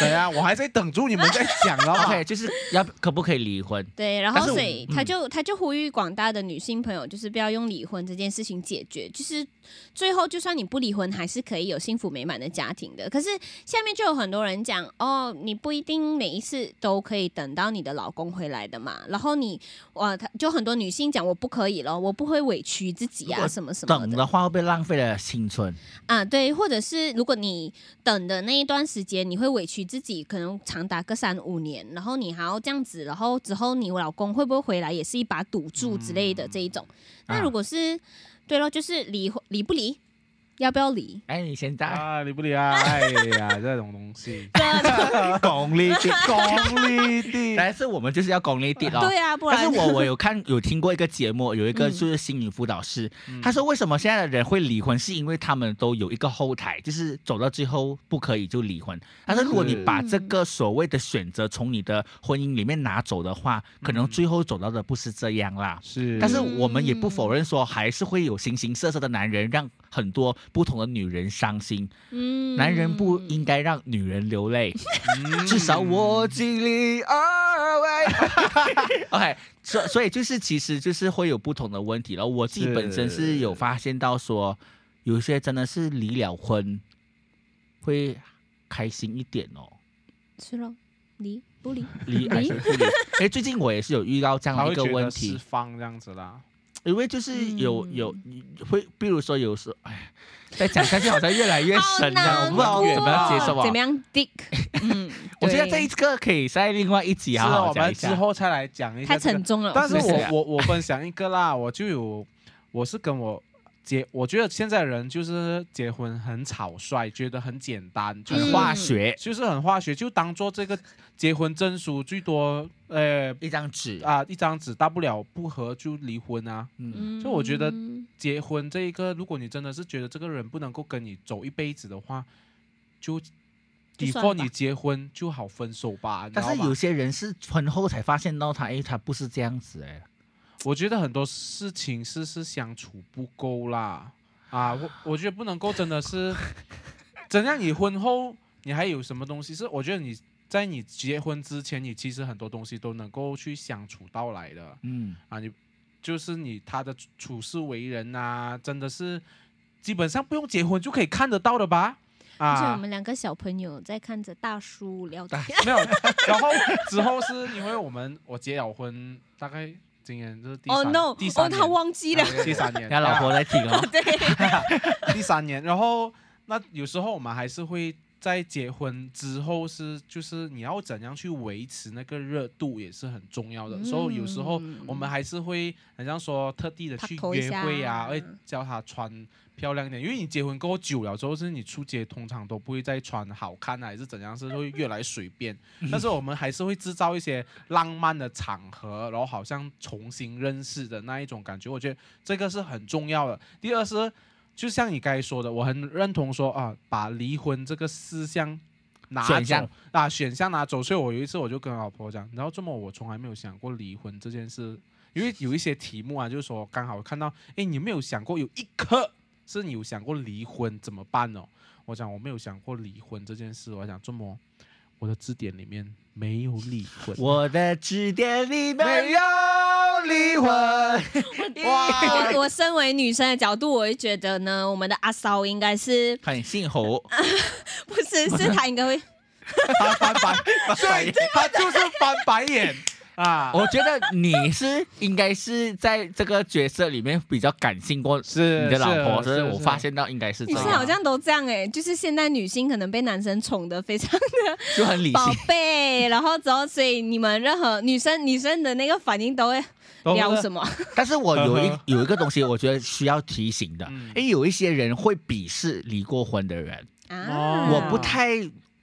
[SPEAKER 2] 等一下，我还在等住你们在讲了。
[SPEAKER 1] OK，就是要可不可以离婚？
[SPEAKER 3] 对，然
[SPEAKER 1] 但
[SPEAKER 3] 后
[SPEAKER 1] 是我
[SPEAKER 3] 所以他
[SPEAKER 1] 嗯
[SPEAKER 3] 就、他就呼吁广大的女性朋友，就是不要用离婚这件事情解决，就是最后就算你不离婚，还是可以有幸福美满的家庭的。可是下面就有很多人讲，哦，你不一定每一次都可以等到你的老公回来的嘛。然后你哇，他就很多女性讲，我不可以咯，我不会委屈自己
[SPEAKER 1] 如
[SPEAKER 3] 啊，
[SPEAKER 1] 果
[SPEAKER 3] 什么什么
[SPEAKER 1] 等
[SPEAKER 3] 的
[SPEAKER 1] 的话会被浪费了青春。
[SPEAKER 3] 啊，对，或者是如果你等的那一段时间，你会委屈自己，可能长达个三五年，然后你还要这样子，然后之后你老公会不会回来，也是一把赌注之类的这一种。那
[SPEAKER 1] 啊
[SPEAKER 3] 如果是，对咯，就是离婚离不离，要不
[SPEAKER 1] [laughs]
[SPEAKER 3] 要离？，
[SPEAKER 1] 哎，你现在
[SPEAKER 2] 啊，你不理啊？哎呀，这种东西
[SPEAKER 3] 这
[SPEAKER 1] 功利地，
[SPEAKER 2] 功利
[SPEAKER 1] [laughs]
[SPEAKER 2] 的。
[SPEAKER 1] 但是我们就是要功利地哦。
[SPEAKER 3] 对啊，不 [laughs]
[SPEAKER 1] 但
[SPEAKER 3] 然
[SPEAKER 1] 是我 [laughs] 我有看有听过一个节目，有一个
[SPEAKER 3] 嗯
[SPEAKER 1] 就是心理辅导师，
[SPEAKER 2] 嗯
[SPEAKER 1] 他说为什么现在的人会离婚，是因为他们都有一个后台，就是走到最后不可以就离婚。他说如果你
[SPEAKER 2] 是
[SPEAKER 1] 把这个所谓的选择从你的婚姻里面拿走的话，可能最后走到的不是这样啦。
[SPEAKER 2] 是，
[SPEAKER 1] 但是我们也不否认说，还是会有形形色色的男人让很多不同的女人伤心。
[SPEAKER 3] 嗯
[SPEAKER 1] 男人不应该让女人流泪，
[SPEAKER 2] 嗯
[SPEAKER 1] 至少我尽力而为。OK，所 [laughs] 所以就是其实就是会有不同的问题了。我自己
[SPEAKER 2] 是
[SPEAKER 1] 本身是有发现到说，有些真的是离了婚会开心一点哦。
[SPEAKER 3] 是咯，离不离？
[SPEAKER 1] [laughs] 离还是不离？哎，最近我也是有遇到这样
[SPEAKER 2] 他
[SPEAKER 1] 的一
[SPEAKER 2] 会
[SPEAKER 1] 个
[SPEAKER 2] 觉
[SPEAKER 1] 问
[SPEAKER 2] 得
[SPEAKER 1] 题
[SPEAKER 2] 释，放这样子啦。
[SPEAKER 1] 因为就是有
[SPEAKER 3] 嗯
[SPEAKER 1] 有会，比如说有时候，哎，再讲下去好像越来越
[SPEAKER 3] 好
[SPEAKER 1] 深了，我
[SPEAKER 3] 难
[SPEAKER 1] 不知道
[SPEAKER 3] 过
[SPEAKER 1] 我怎么样接受啊。，
[SPEAKER 3] 怎么样，Dick？嗯
[SPEAKER 1] 我觉得这一
[SPEAKER 3] 对
[SPEAKER 1] 个可以在另外一集
[SPEAKER 2] 是
[SPEAKER 1] 好
[SPEAKER 2] 啊，
[SPEAKER 1] 好
[SPEAKER 2] 我
[SPEAKER 1] 讲一
[SPEAKER 2] 们
[SPEAKER 1] 下
[SPEAKER 2] 之。后再来讲一下
[SPEAKER 3] 太
[SPEAKER 2] 这个
[SPEAKER 3] 沉重了。
[SPEAKER 2] 但是
[SPEAKER 1] 是
[SPEAKER 2] 我
[SPEAKER 1] 啊
[SPEAKER 2] 我我分享一个啦，我就有，我是跟我结，我觉得现在人就是结婚很草率，觉得很简单，就
[SPEAKER 1] 很
[SPEAKER 2] 是
[SPEAKER 3] 嗯
[SPEAKER 1] 化学，
[SPEAKER 2] 就是很化学，就当做这个结婚证书最多，呃
[SPEAKER 1] 一张纸，
[SPEAKER 2] 啊一张纸，大不了不合就离婚啊。
[SPEAKER 1] 嗯，
[SPEAKER 3] 嗯
[SPEAKER 2] 所以我觉得结婚这一个，如果你真的是觉得这个人不能够跟你走一辈子的话，就
[SPEAKER 3] 就
[SPEAKER 2] before
[SPEAKER 3] 算了吧
[SPEAKER 2] 你结婚就好分手吧。你知
[SPEAKER 1] 但
[SPEAKER 2] 道
[SPEAKER 1] 是
[SPEAKER 2] 吗
[SPEAKER 1] 有些人是婚后才发现到他，诶，他不是这样子诶。
[SPEAKER 2] 我觉得很多事情是是相处不够啦，啊，我我觉得不能够真的是，怎样你婚后你还有什么东西是？我觉得你在你结婚之前，你其实很多东西都能够去相处到来的
[SPEAKER 1] 嗯，
[SPEAKER 2] 啊，你就是你他的处处事为人啊，真的是基本上不用结婚就可以看得到的吧？
[SPEAKER 3] 而且我
[SPEAKER 2] 啊，哎
[SPEAKER 3] 们两个小朋友在看着大叔聊天
[SPEAKER 1] 大，
[SPEAKER 2] 没有，然后之后是因为我们我结了婚，大概今年这是第三、
[SPEAKER 3] 哦 no！
[SPEAKER 2] 第
[SPEAKER 3] 哦，
[SPEAKER 2] 三年、
[SPEAKER 3] 他忘记了。，
[SPEAKER 2] 啊第三年，
[SPEAKER 1] [laughs] 人家老
[SPEAKER 2] 啊
[SPEAKER 1] 婆在听哦
[SPEAKER 3] [laughs] 对，
[SPEAKER 2] 第三年，然后那有时候我们还是会在结婚之后是，就是你要怎样去维持那个热度也是很重要的。 [laughs] 所以有时
[SPEAKER 3] 嗯
[SPEAKER 2] 候我们还是会很像说特地的去
[SPEAKER 3] 拍拖一
[SPEAKER 2] 约
[SPEAKER 3] 下嗯
[SPEAKER 2] 会啊，会叫她穿漂亮一点，因为你结婚够久了之后，是你出街通常都不会再穿好看啊，还是怎样，是会越来随
[SPEAKER 3] [laughs]
[SPEAKER 2] 便。但是我们还是会制造一些浪漫的场合，然后好像重新认识的那一种感觉，我觉得这个是很重要的。第二是，就像你刚才说的，我很认同说啊，把离婚这个思想拿走
[SPEAKER 1] 选项
[SPEAKER 2] 啊选项拿走。所以我有一次我就跟老婆讲，然后这么我从来没有想过离婚这件事，因为有一些题目啊，就是说刚好看到，哎，你没有想过有一科是你有想过离婚怎么办哦？我讲我没有想过离婚这件事，我讲这么。我的字典里面没有离婚，
[SPEAKER 1] [laughs] 我的指点里
[SPEAKER 2] 没
[SPEAKER 1] 面
[SPEAKER 2] 有离婚。 [laughs] 哇，
[SPEAKER 3] 我我身为女生的角度，我会觉得呢，我们的阿骚应该是
[SPEAKER 1] 很姓侯，
[SPEAKER 3] 不是是他应该
[SPEAKER 2] [laughs]
[SPEAKER 3] 会
[SPEAKER 1] 他翻白，
[SPEAKER 2] 所以他就是翻白眼啊！
[SPEAKER 1] 我觉得你是应该是在这个角色里面比较感性过
[SPEAKER 2] 是
[SPEAKER 1] 你的老婆，
[SPEAKER 2] 是
[SPEAKER 1] 所以
[SPEAKER 2] 是
[SPEAKER 1] 我发现到应该是这
[SPEAKER 2] 啊
[SPEAKER 3] 女生
[SPEAKER 1] 样，
[SPEAKER 3] 好像都这样哎、就是现代女性可能被男生宠的非常
[SPEAKER 2] [laughs]
[SPEAKER 3] 的
[SPEAKER 1] 就很理
[SPEAKER 3] 宝
[SPEAKER 1] 性。
[SPEAKER 3] 贝，然后之后所以你们任何女生女生的那个反应都会
[SPEAKER 2] 都会
[SPEAKER 3] 聊
[SPEAKER 2] [laughs]
[SPEAKER 3] 什么？
[SPEAKER 1] 但是我有一
[SPEAKER 2] 呵呵
[SPEAKER 1] 有一个东西，我觉得需要提醒的
[SPEAKER 2] 嗯，
[SPEAKER 1] 因为有一些人会鄙视离过婚的人，
[SPEAKER 2] 嗯
[SPEAKER 3] 啊，
[SPEAKER 1] 我不太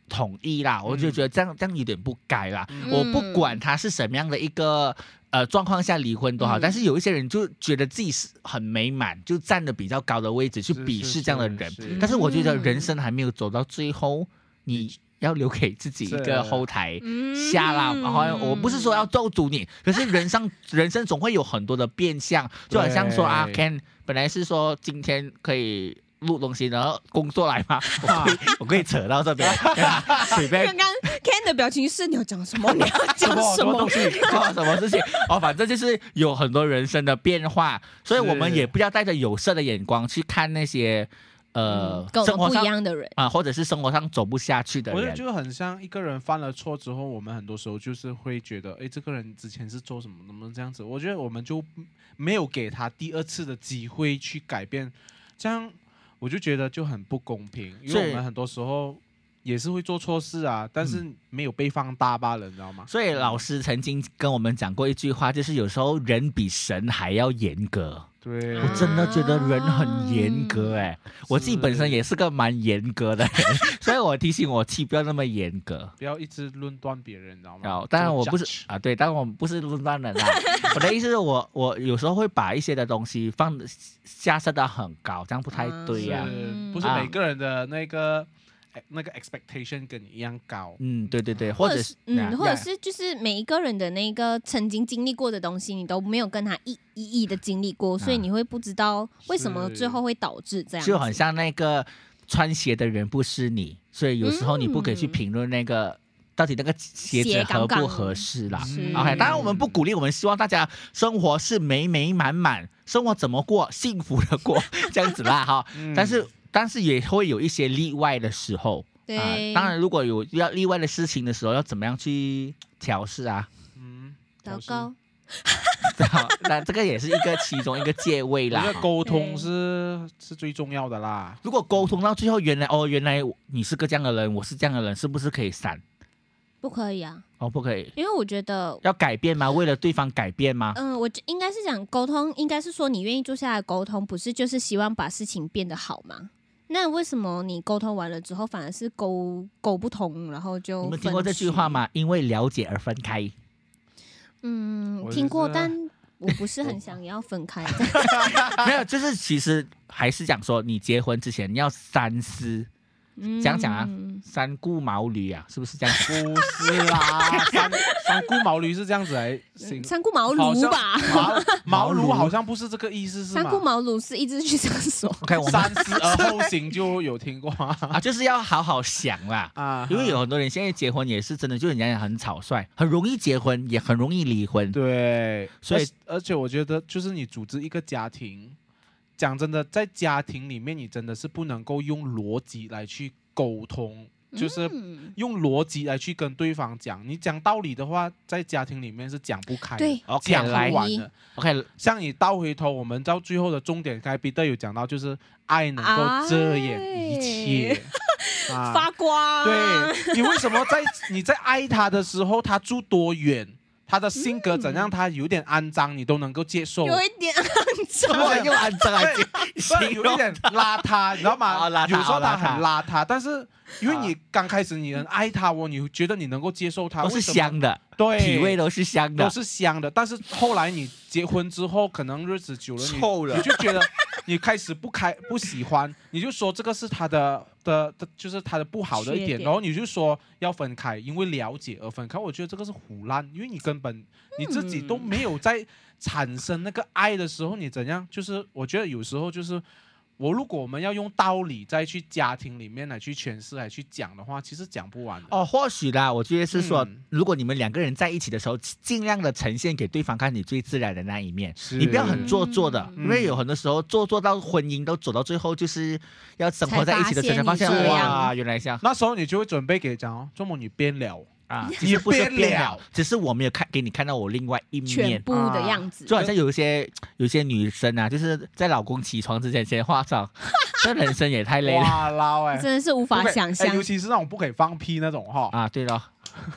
[SPEAKER 1] 统一啦，我就觉得这样这样有点不该啦。
[SPEAKER 2] 嗯
[SPEAKER 1] 我不管他是什么样的一个呃状况下离婚多好，
[SPEAKER 3] 嗯
[SPEAKER 1] 但是有一些人就觉得自己是很美满，就站的比较高的位置去
[SPEAKER 2] 是
[SPEAKER 1] 鄙
[SPEAKER 2] 是
[SPEAKER 1] 视这样的
[SPEAKER 2] 是
[SPEAKER 1] 人。
[SPEAKER 2] 是
[SPEAKER 1] 但是我觉得
[SPEAKER 3] 嗯
[SPEAKER 1] 人生还没有走到最后，你要留给自己一个
[SPEAKER 2] 是
[SPEAKER 1] 后台。
[SPEAKER 3] 嗯
[SPEAKER 1] 下啦，然后我不是说要咒诅你，可是人生人生总会有很多的变相，就好像说啊
[SPEAKER 2] 对
[SPEAKER 1] ，Ken 本来是说今天可以录东西，然后工作来嘛，我可以我可以扯到这边，随便
[SPEAKER 3] 刚刚 Ken 的表情是你要讲
[SPEAKER 2] [laughs]
[SPEAKER 3] 什么？你要讲什
[SPEAKER 1] 什么
[SPEAKER 3] 么
[SPEAKER 1] 东？西，做什么事情哦，反正就是有很多人生的变化，所以我们
[SPEAKER 2] 是
[SPEAKER 1] 也不要带着有色的眼光去看那些呃
[SPEAKER 3] 嗯跟
[SPEAKER 1] 生
[SPEAKER 3] 我
[SPEAKER 1] 活
[SPEAKER 3] 们不
[SPEAKER 1] 上
[SPEAKER 3] 一样的人，
[SPEAKER 1] 啊、或者是生活上走不下去的
[SPEAKER 2] 我就
[SPEAKER 1] 人
[SPEAKER 2] 觉。得很像一个人犯了错之后，我们很多时候就是会觉得，哎，这个人之前是做什么，能不能这样子？我觉得我们就没有给他第二次的机会去改变，这样我就觉得就很不公平，因
[SPEAKER 1] 所
[SPEAKER 2] 为
[SPEAKER 1] 以嗯
[SPEAKER 2] 我们很多时候也是会做错事啊，但是没有被放大罢了，你知道吗？
[SPEAKER 1] 所以老师曾经跟我们讲过一句话，就是有时候人比神还要严格。
[SPEAKER 2] 对，
[SPEAKER 1] 我真的觉得人很严格
[SPEAKER 3] 啊
[SPEAKER 1] 哎、我自己本身
[SPEAKER 2] 是
[SPEAKER 1] 也是个蛮严格的人， [laughs] 所以我提醒我妻不要那么严格。
[SPEAKER 2] 不要一直论断别人，你知道
[SPEAKER 1] 然
[SPEAKER 2] 吗
[SPEAKER 1] 后，？当然
[SPEAKER 2] 做
[SPEAKER 1] 我不是
[SPEAKER 2] 嗯 judge
[SPEAKER 1] 啊，对，当然我不是论断人啦。我的意思是我我有时候会把一些的东西放得下设到很高，这样不太对呀、
[SPEAKER 3] 啊
[SPEAKER 2] 是
[SPEAKER 3] 嗯
[SPEAKER 2] 不是
[SPEAKER 1] 啊
[SPEAKER 2] 每个人的那个、哎那个 expectation 跟你一样高？
[SPEAKER 1] 嗯，对对对，
[SPEAKER 3] 或
[SPEAKER 1] 或者是啊
[SPEAKER 3] 嗯，或者
[SPEAKER 1] 呀
[SPEAKER 3] 是就是每一个人的那个曾经经历过的东西，你都没有跟他一一一的经历过，所以
[SPEAKER 1] 啊
[SPEAKER 3] 你会不知道为什么
[SPEAKER 2] 是
[SPEAKER 3] 最后会导致这样子，
[SPEAKER 1] 就很像那个穿鞋的人不是你，所以有时候你不可以去
[SPEAKER 3] 嗯
[SPEAKER 1] 评论那个、到底那个鞋子
[SPEAKER 3] 鞋
[SPEAKER 1] 合
[SPEAKER 3] 刚刚
[SPEAKER 1] 不合适啦。
[SPEAKER 3] 是
[SPEAKER 1] 嗯 OK，当然我们不鼓励，我们希望大家生活是美美满满，生活怎么过，幸福的
[SPEAKER 3] [laughs]
[SPEAKER 1] 过这样子啦哈。
[SPEAKER 2] 嗯
[SPEAKER 1] 但是但是也会有一些例外的时候。啊
[SPEAKER 3] 对，，
[SPEAKER 1] 当然，如果有要例外的事情的时候，要怎么样去调试啊？ [laughs]
[SPEAKER 2] 嗯，
[SPEAKER 3] 糟糕，
[SPEAKER 1] 好那这个也是一个其中一个借位
[SPEAKER 2] 我觉
[SPEAKER 1] 啦
[SPEAKER 2] 得。沟
[SPEAKER 3] 对
[SPEAKER 2] 通是是最重要的
[SPEAKER 1] [laughs]
[SPEAKER 2] 啦。
[SPEAKER 1] 如果沟通到最后，原来哦，原来你是个这样的人，我是这样的人，是不是可以闪？
[SPEAKER 3] 不可以啊，
[SPEAKER 1] 哦，不可以，
[SPEAKER 3] 因为我觉得
[SPEAKER 1] 要改变吗？为了对方改变吗？
[SPEAKER 3] 嗯，我觉应该是讲沟通，应该是说你愿意坐下来沟通，不是就是希望把事情变得好吗？那为什么你沟通完了之后，反而是沟沟不同，然后就
[SPEAKER 2] 哦
[SPEAKER 1] 你们
[SPEAKER 3] 分
[SPEAKER 1] 听过这句话
[SPEAKER 3] 歧？
[SPEAKER 1] 吗？因为了解而分开。 [laughs]
[SPEAKER 3] 嗯，
[SPEAKER 2] 我
[SPEAKER 3] 听
[SPEAKER 2] 是
[SPEAKER 3] 过，
[SPEAKER 2] 这
[SPEAKER 3] 但我
[SPEAKER 1] [laughs]
[SPEAKER 3] 不是很想要分开。
[SPEAKER 1] 没有，就是其实还是讲说，你结婚之前你要三思，
[SPEAKER 3] 嗯
[SPEAKER 1] 讲讲啊三顾茅庐啊，是不是
[SPEAKER 2] [laughs]
[SPEAKER 1] 这样？
[SPEAKER 2] 不是啦，三三顾茅庐是这样子来形
[SPEAKER 3] 三顾茅
[SPEAKER 2] 好
[SPEAKER 3] 庐
[SPEAKER 2] 像
[SPEAKER 3] 吧？
[SPEAKER 2] 茅
[SPEAKER 1] [laughs] 茅
[SPEAKER 2] 茅
[SPEAKER 1] 庐
[SPEAKER 2] 庐好像不是这个意思，是吗？
[SPEAKER 3] 三顾茅庐是一直去厕所。
[SPEAKER 1] OK，我们
[SPEAKER 2] 三思而后行就有
[SPEAKER 1] [laughs]
[SPEAKER 2] 听过啊
[SPEAKER 1] 啊，就是要好好想啦。
[SPEAKER 2] 啊
[SPEAKER 1] 因为有很多人现在结婚也是真的，就是人家很草率，很容易结婚，也很容易离婚。
[SPEAKER 2] 对，
[SPEAKER 1] 所以
[SPEAKER 2] 而而且我觉得，就是你组织一个家庭，讲真的，在家庭里面，你真的是不能够用逻辑来去沟通，就是
[SPEAKER 3] 嗯
[SPEAKER 2] 用逻辑来去跟对方讲。你讲道理的话，在家庭里面是讲不开的，
[SPEAKER 3] 对
[SPEAKER 1] ，OK，
[SPEAKER 2] 讲
[SPEAKER 1] 来
[SPEAKER 2] 不完的。 [laughs]
[SPEAKER 1] OK，
[SPEAKER 2] 像你倒回头，我们到最后的终点，该彼得有讲到，就是爱能够遮掩一切。
[SPEAKER 1] 哎
[SPEAKER 2] 啊，
[SPEAKER 1] [laughs]
[SPEAKER 3] 嗯发啊光。
[SPEAKER 2] 对你为什么在 [laughs] 你在爱他的时候，他住多远，他的性格怎样，他有点肮脏，你都能够接受。
[SPEAKER 3] 有一点
[SPEAKER 1] 怎
[SPEAKER 2] 哎
[SPEAKER 1] [laughs] 么又按这来
[SPEAKER 2] 不然
[SPEAKER 1] 形
[SPEAKER 2] 哎有一
[SPEAKER 1] 容？
[SPEAKER 2] 点邋遢，你知道吗？
[SPEAKER 1] 哦邋遢
[SPEAKER 2] 有时候
[SPEAKER 1] 哦
[SPEAKER 2] 他
[SPEAKER 1] 邋遢
[SPEAKER 2] 很邋遢，但是因为你刚开始你很爱他哦，你觉得你能够接受他，
[SPEAKER 1] 都哦
[SPEAKER 2] 为
[SPEAKER 1] 是
[SPEAKER 2] 什么
[SPEAKER 1] 香的，
[SPEAKER 2] 对
[SPEAKER 1] 体味都是香
[SPEAKER 2] 哎都
[SPEAKER 1] 的，
[SPEAKER 2] 是香的，但是后来你结婚之后，可能日子久了，你
[SPEAKER 1] 臭了
[SPEAKER 2] 你就觉得你开始不开不喜
[SPEAKER 1] [laughs]
[SPEAKER 2] 欢，你就说这个是他的的的，就是他的不好的一
[SPEAKER 3] 缺
[SPEAKER 2] 点，
[SPEAKER 3] 点
[SPEAKER 2] 然后你就说要分开，因为了解而分开。我觉得这个是胡乱，因为你根本你自己都没有在产生那个爱的时候，你怎样？就是我觉得有时候就是。我如果我们要用道理再去家庭里面来去诠释来去讲的话，其实讲不完的。
[SPEAKER 1] 哦，或许啦，我觉得是说，
[SPEAKER 2] 嗯
[SPEAKER 1] 如果你们两个人在一起的时候，尽量的呈现给对方看你最自然的那一面，
[SPEAKER 2] 是
[SPEAKER 1] 你不要很做作的，
[SPEAKER 3] 嗯
[SPEAKER 1] 因为有很多时候做作到婚姻都走到最后，就是要生活在一起的时候才发现，
[SPEAKER 2] 才发现你这样
[SPEAKER 1] 哇，原来这样
[SPEAKER 2] 那时候你就会准备给讲哦，周末你编了，
[SPEAKER 1] 啊，
[SPEAKER 2] 你
[SPEAKER 1] 其实不是
[SPEAKER 2] 变
[SPEAKER 1] 变好
[SPEAKER 2] 了，
[SPEAKER 1] 只是我没有看给你看到我另外一
[SPEAKER 3] 全
[SPEAKER 1] 面。啊
[SPEAKER 3] 部的样子。
[SPEAKER 1] 就好像有一些有一些女生啊，就是在老公起床之前先化妆，这人生也太累了
[SPEAKER 2] 哇捞哎，
[SPEAKER 1] [laughs]
[SPEAKER 3] 真的是无
[SPEAKER 2] 不
[SPEAKER 3] 法
[SPEAKER 2] 可以
[SPEAKER 3] 想
[SPEAKER 2] 哎
[SPEAKER 3] 象，
[SPEAKER 2] 尤其是那种不可以放屁那种哈。
[SPEAKER 1] 啊！对咯，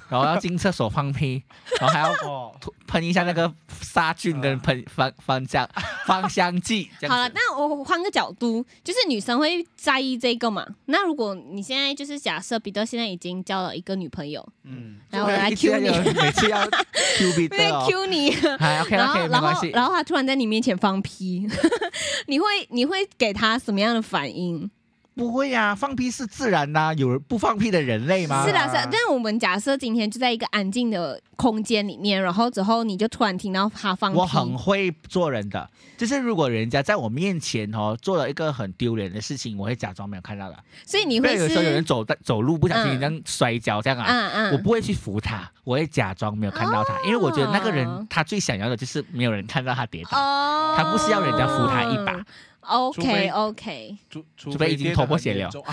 [SPEAKER 1] 然后要进厕所放屁，然后还要
[SPEAKER 2] 哦，
[SPEAKER 1] 吐喷一下那个杀菌跟喷芳芳 [laughs] 香芳香剂。这
[SPEAKER 3] 好了
[SPEAKER 1] 样，子。
[SPEAKER 3] 那我换个角度，就是女生会在意这个嘛？那如果你现在就是假设彼得现在已经交了一个女朋友，
[SPEAKER 2] 嗯，
[SPEAKER 3] 然后
[SPEAKER 1] [laughs]
[SPEAKER 3] 我来
[SPEAKER 1] 一直
[SPEAKER 3] Q 你
[SPEAKER 1] 要，有每次要
[SPEAKER 3] [laughs]
[SPEAKER 1] Q 彼
[SPEAKER 3] 对
[SPEAKER 1] 得哦，
[SPEAKER 3] ，Q 你，
[SPEAKER 1] 还 OK
[SPEAKER 3] 然后
[SPEAKER 1] OK 没
[SPEAKER 3] 然
[SPEAKER 1] 关
[SPEAKER 3] 后
[SPEAKER 1] 系。
[SPEAKER 3] 然后他突然在你面前放屁， [laughs] 你会你会给他什么样的反应？
[SPEAKER 1] 不会呀，放屁是自然呐，有人不放屁的人类吗
[SPEAKER 3] 是？啦，是啦。但我们假设今天就在一个安静的空间里面，然后之后你就突然听到他放屁，
[SPEAKER 1] 我很会做人的，就是如果人家在我面前哦做了一个很丢脸的事情，我会假装没有看到的。
[SPEAKER 3] 所以你
[SPEAKER 1] 因
[SPEAKER 3] 会
[SPEAKER 1] 为有时候有人
[SPEAKER 3] 是
[SPEAKER 1] 走在走路不小心
[SPEAKER 3] 嗯
[SPEAKER 1] 这样摔跤这样啊，
[SPEAKER 3] 嗯嗯，哦
[SPEAKER 1] 我不会去扶他，我会假装没有看到他，因为我觉得那个人他最想要的就是没有人看到他跌倒，
[SPEAKER 3] 哦，
[SPEAKER 1] 他不是要人家扶他一把。
[SPEAKER 2] 除非
[SPEAKER 3] OK OK，
[SPEAKER 2] 除除
[SPEAKER 1] 除非已经
[SPEAKER 2] 跌得
[SPEAKER 1] 头破
[SPEAKER 2] 很
[SPEAKER 1] 血
[SPEAKER 2] 严
[SPEAKER 1] 流
[SPEAKER 2] 重，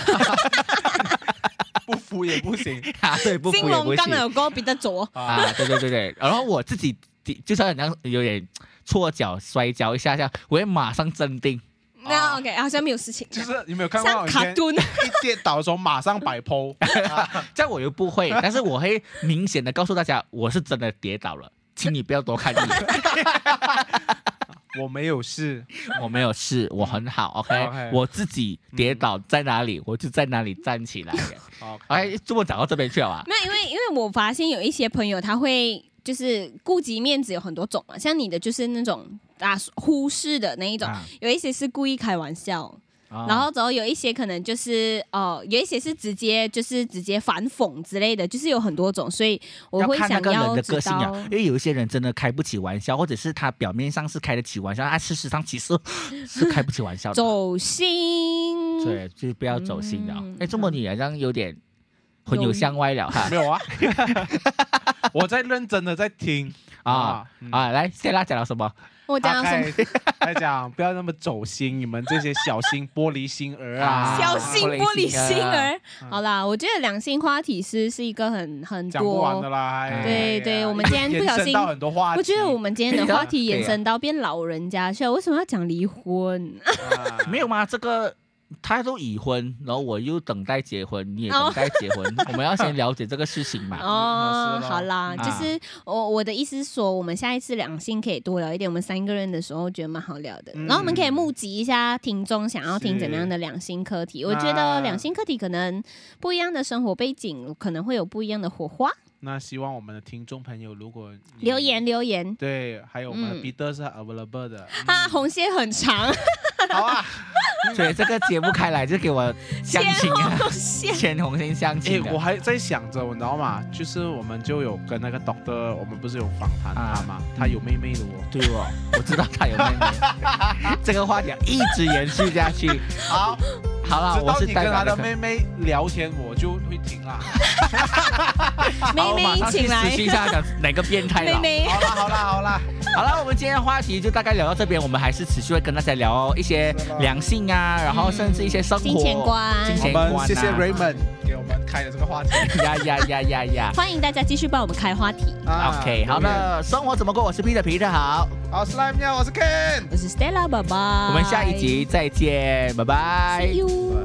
[SPEAKER 2] [laughs] 不服也不行
[SPEAKER 1] 啊，对，不
[SPEAKER 3] 金
[SPEAKER 1] 服也
[SPEAKER 3] 龙
[SPEAKER 1] 不
[SPEAKER 3] 刚
[SPEAKER 1] 行
[SPEAKER 3] 有勾比较左，
[SPEAKER 2] 啊。
[SPEAKER 1] 啊，对对对对。 [laughs] 然后我自己的就算好像有点错脚摔跤一下下，我会马上镇定。
[SPEAKER 3] 那 OK 好像没有事情，
[SPEAKER 2] 就是你没有看
[SPEAKER 3] 像
[SPEAKER 2] 过
[SPEAKER 3] 卡
[SPEAKER 2] 那种
[SPEAKER 3] 顿，
[SPEAKER 2] 一跌倒的时候马上摆 pose，
[SPEAKER 1] 这样我又不
[SPEAKER 3] [laughs]
[SPEAKER 1] 会，但是我会明显的告诉大家，我是真的跌倒了，请你不要多看一
[SPEAKER 3] [laughs]
[SPEAKER 1] 眼，
[SPEAKER 2] [laughs] 我没有事，
[SPEAKER 1] 我没有事，我很好，OK，,
[SPEAKER 3] 哦
[SPEAKER 2] OK
[SPEAKER 1] 我自己跌倒在哪里，
[SPEAKER 3] 嗯
[SPEAKER 1] 我就在哪里站起来。OK，这
[SPEAKER 2] 哦
[SPEAKER 1] 么讲到这边去了啊？
[SPEAKER 3] [laughs] 没有，因为因为我发现有一些朋友他会就是顾及面子有很多种嘛，像你的就是那种啊忽视的那一种，
[SPEAKER 1] 啊
[SPEAKER 3] 有一些是故意开玩笑，
[SPEAKER 1] 啊
[SPEAKER 3] 嗯然后之后有一些可能就是哦、有一些是直接就是直接反讽之类的，就是有很多种，所以我
[SPEAKER 1] 要
[SPEAKER 3] 会
[SPEAKER 1] 看
[SPEAKER 3] 想
[SPEAKER 1] 那个人的
[SPEAKER 3] 知
[SPEAKER 1] 个性啊
[SPEAKER 3] 道，
[SPEAKER 1] 因为有一些人真的开不起玩笑，或者是他表面上是开得起玩笑，他事实上其实 [laughs] 是开不起玩笑的。
[SPEAKER 3] 走心，
[SPEAKER 1] 对，就是不要走心了
[SPEAKER 3] 嗯。
[SPEAKER 1] 哎、这么你好像有点魂游向外了哈
[SPEAKER 2] 没有啊， [laughs] 我在认真的在听
[SPEAKER 1] 啊！
[SPEAKER 2] 嗯
[SPEAKER 1] 啊！来，谢拉讲了什么？
[SPEAKER 3] 我讲到什么？
[SPEAKER 2] OK，大家不要那么走心，你们这些小心 [laughs] 玻璃心儿啊！
[SPEAKER 1] 啊
[SPEAKER 3] 小心玻璃心儿
[SPEAKER 2] 啊。
[SPEAKER 3] 好啦，我觉得两性话题是是一个很很
[SPEAKER 2] 讲不完
[SPEAKER 3] 多
[SPEAKER 2] 的，啦。哎
[SPEAKER 3] 对对
[SPEAKER 2] 哎呀
[SPEAKER 3] 我们今天不小心
[SPEAKER 2] 延伸到很多话题，
[SPEAKER 3] 我觉得我们今天的话题
[SPEAKER 1] [laughs] 对啊
[SPEAKER 3] 延伸到变老人家去了，为什么要讲离婚？
[SPEAKER 1] [laughs]
[SPEAKER 2] 啊
[SPEAKER 1] 没有吗？这个他都已婚，然后我又等待结婚，你也等待结婚， [laughs] 我们要先了解这个事情嘛。
[SPEAKER 2] 合，适
[SPEAKER 3] 哦
[SPEAKER 2] 咯
[SPEAKER 3] 好啦，
[SPEAKER 1] 嗯
[SPEAKER 3] 就是我我的意思是说，我们下一次两性可以多聊一点，我们三个人的时候觉得蛮好聊的。
[SPEAKER 2] 嗯
[SPEAKER 3] 然后我们可以募集一下听众想要听
[SPEAKER 2] 是
[SPEAKER 3] 怎么样的两性课题，我觉得
[SPEAKER 2] 那
[SPEAKER 3] 两性课题可能不一样的生活背景，可能会有不一样的火花。
[SPEAKER 2] 那希望我们的听众朋友，如果你
[SPEAKER 3] 留言留言
[SPEAKER 2] 对，还有我们
[SPEAKER 3] 嗯
[SPEAKER 2] 的彼得是 available 的，嗯
[SPEAKER 3] 啊，红线很长，
[SPEAKER 2] 好
[SPEAKER 3] [laughs]
[SPEAKER 2] 啊。
[SPEAKER 1] 所以这个节目开来就给我相亲啊，
[SPEAKER 3] 红线。
[SPEAKER 1] 牵红心相
[SPEAKER 2] 哎
[SPEAKER 1] 亲，的
[SPEAKER 2] 我还在想着，你知道吗？就是我们就有跟那个 doctor，我们不是有访谈
[SPEAKER 1] 啊
[SPEAKER 2] 他吗？他有妹妹的哦。
[SPEAKER 1] 对哦，我知道他有妹妹，
[SPEAKER 2] [laughs]
[SPEAKER 1] 这个话题一直延续下去。
[SPEAKER 2] 好，
[SPEAKER 1] 好了，嗯啊
[SPEAKER 2] 直
[SPEAKER 1] 我
[SPEAKER 2] 到
[SPEAKER 1] 是
[SPEAKER 2] 你
[SPEAKER 1] 代
[SPEAKER 2] 跟
[SPEAKER 1] 表
[SPEAKER 2] 他
[SPEAKER 1] 那
[SPEAKER 2] 的
[SPEAKER 1] 个
[SPEAKER 2] 妹妹聊天，我就会听
[SPEAKER 3] [laughs]
[SPEAKER 2] 啦。
[SPEAKER 1] 好
[SPEAKER 3] 妹
[SPEAKER 1] 我马
[SPEAKER 3] 妹
[SPEAKER 1] 上去
[SPEAKER 3] 请来
[SPEAKER 1] 实，习一下讲哪个变态
[SPEAKER 3] 妹
[SPEAKER 1] 了。
[SPEAKER 3] 妹
[SPEAKER 2] 好啦，好啦，
[SPEAKER 1] [laughs]
[SPEAKER 2] 好啦，
[SPEAKER 1] 好了，我们今天的话题就大概聊到这边，我们还是持续会跟大家聊一些
[SPEAKER 2] 是吧
[SPEAKER 1] 良性啊，然后甚至一些生活、
[SPEAKER 3] 金钱观。
[SPEAKER 1] 金
[SPEAKER 2] 我
[SPEAKER 1] 钱观、啊。
[SPEAKER 2] 们谢谢 Raymond 给我们开的这
[SPEAKER 1] [laughs]
[SPEAKER 2] 个话题。
[SPEAKER 1] 呀呀呀呀呀
[SPEAKER 3] 欢迎大家继续帮我们开话题。
[SPEAKER 2] 啊
[SPEAKER 1] ！OK，好，的，生活怎么过？我是 Peter 皮特好，
[SPEAKER 2] 好，slime 喵，我是 Ken。
[SPEAKER 3] 我是 Stella，爸爸。
[SPEAKER 1] 我们下一集再见，拜拜。
[SPEAKER 3] See you。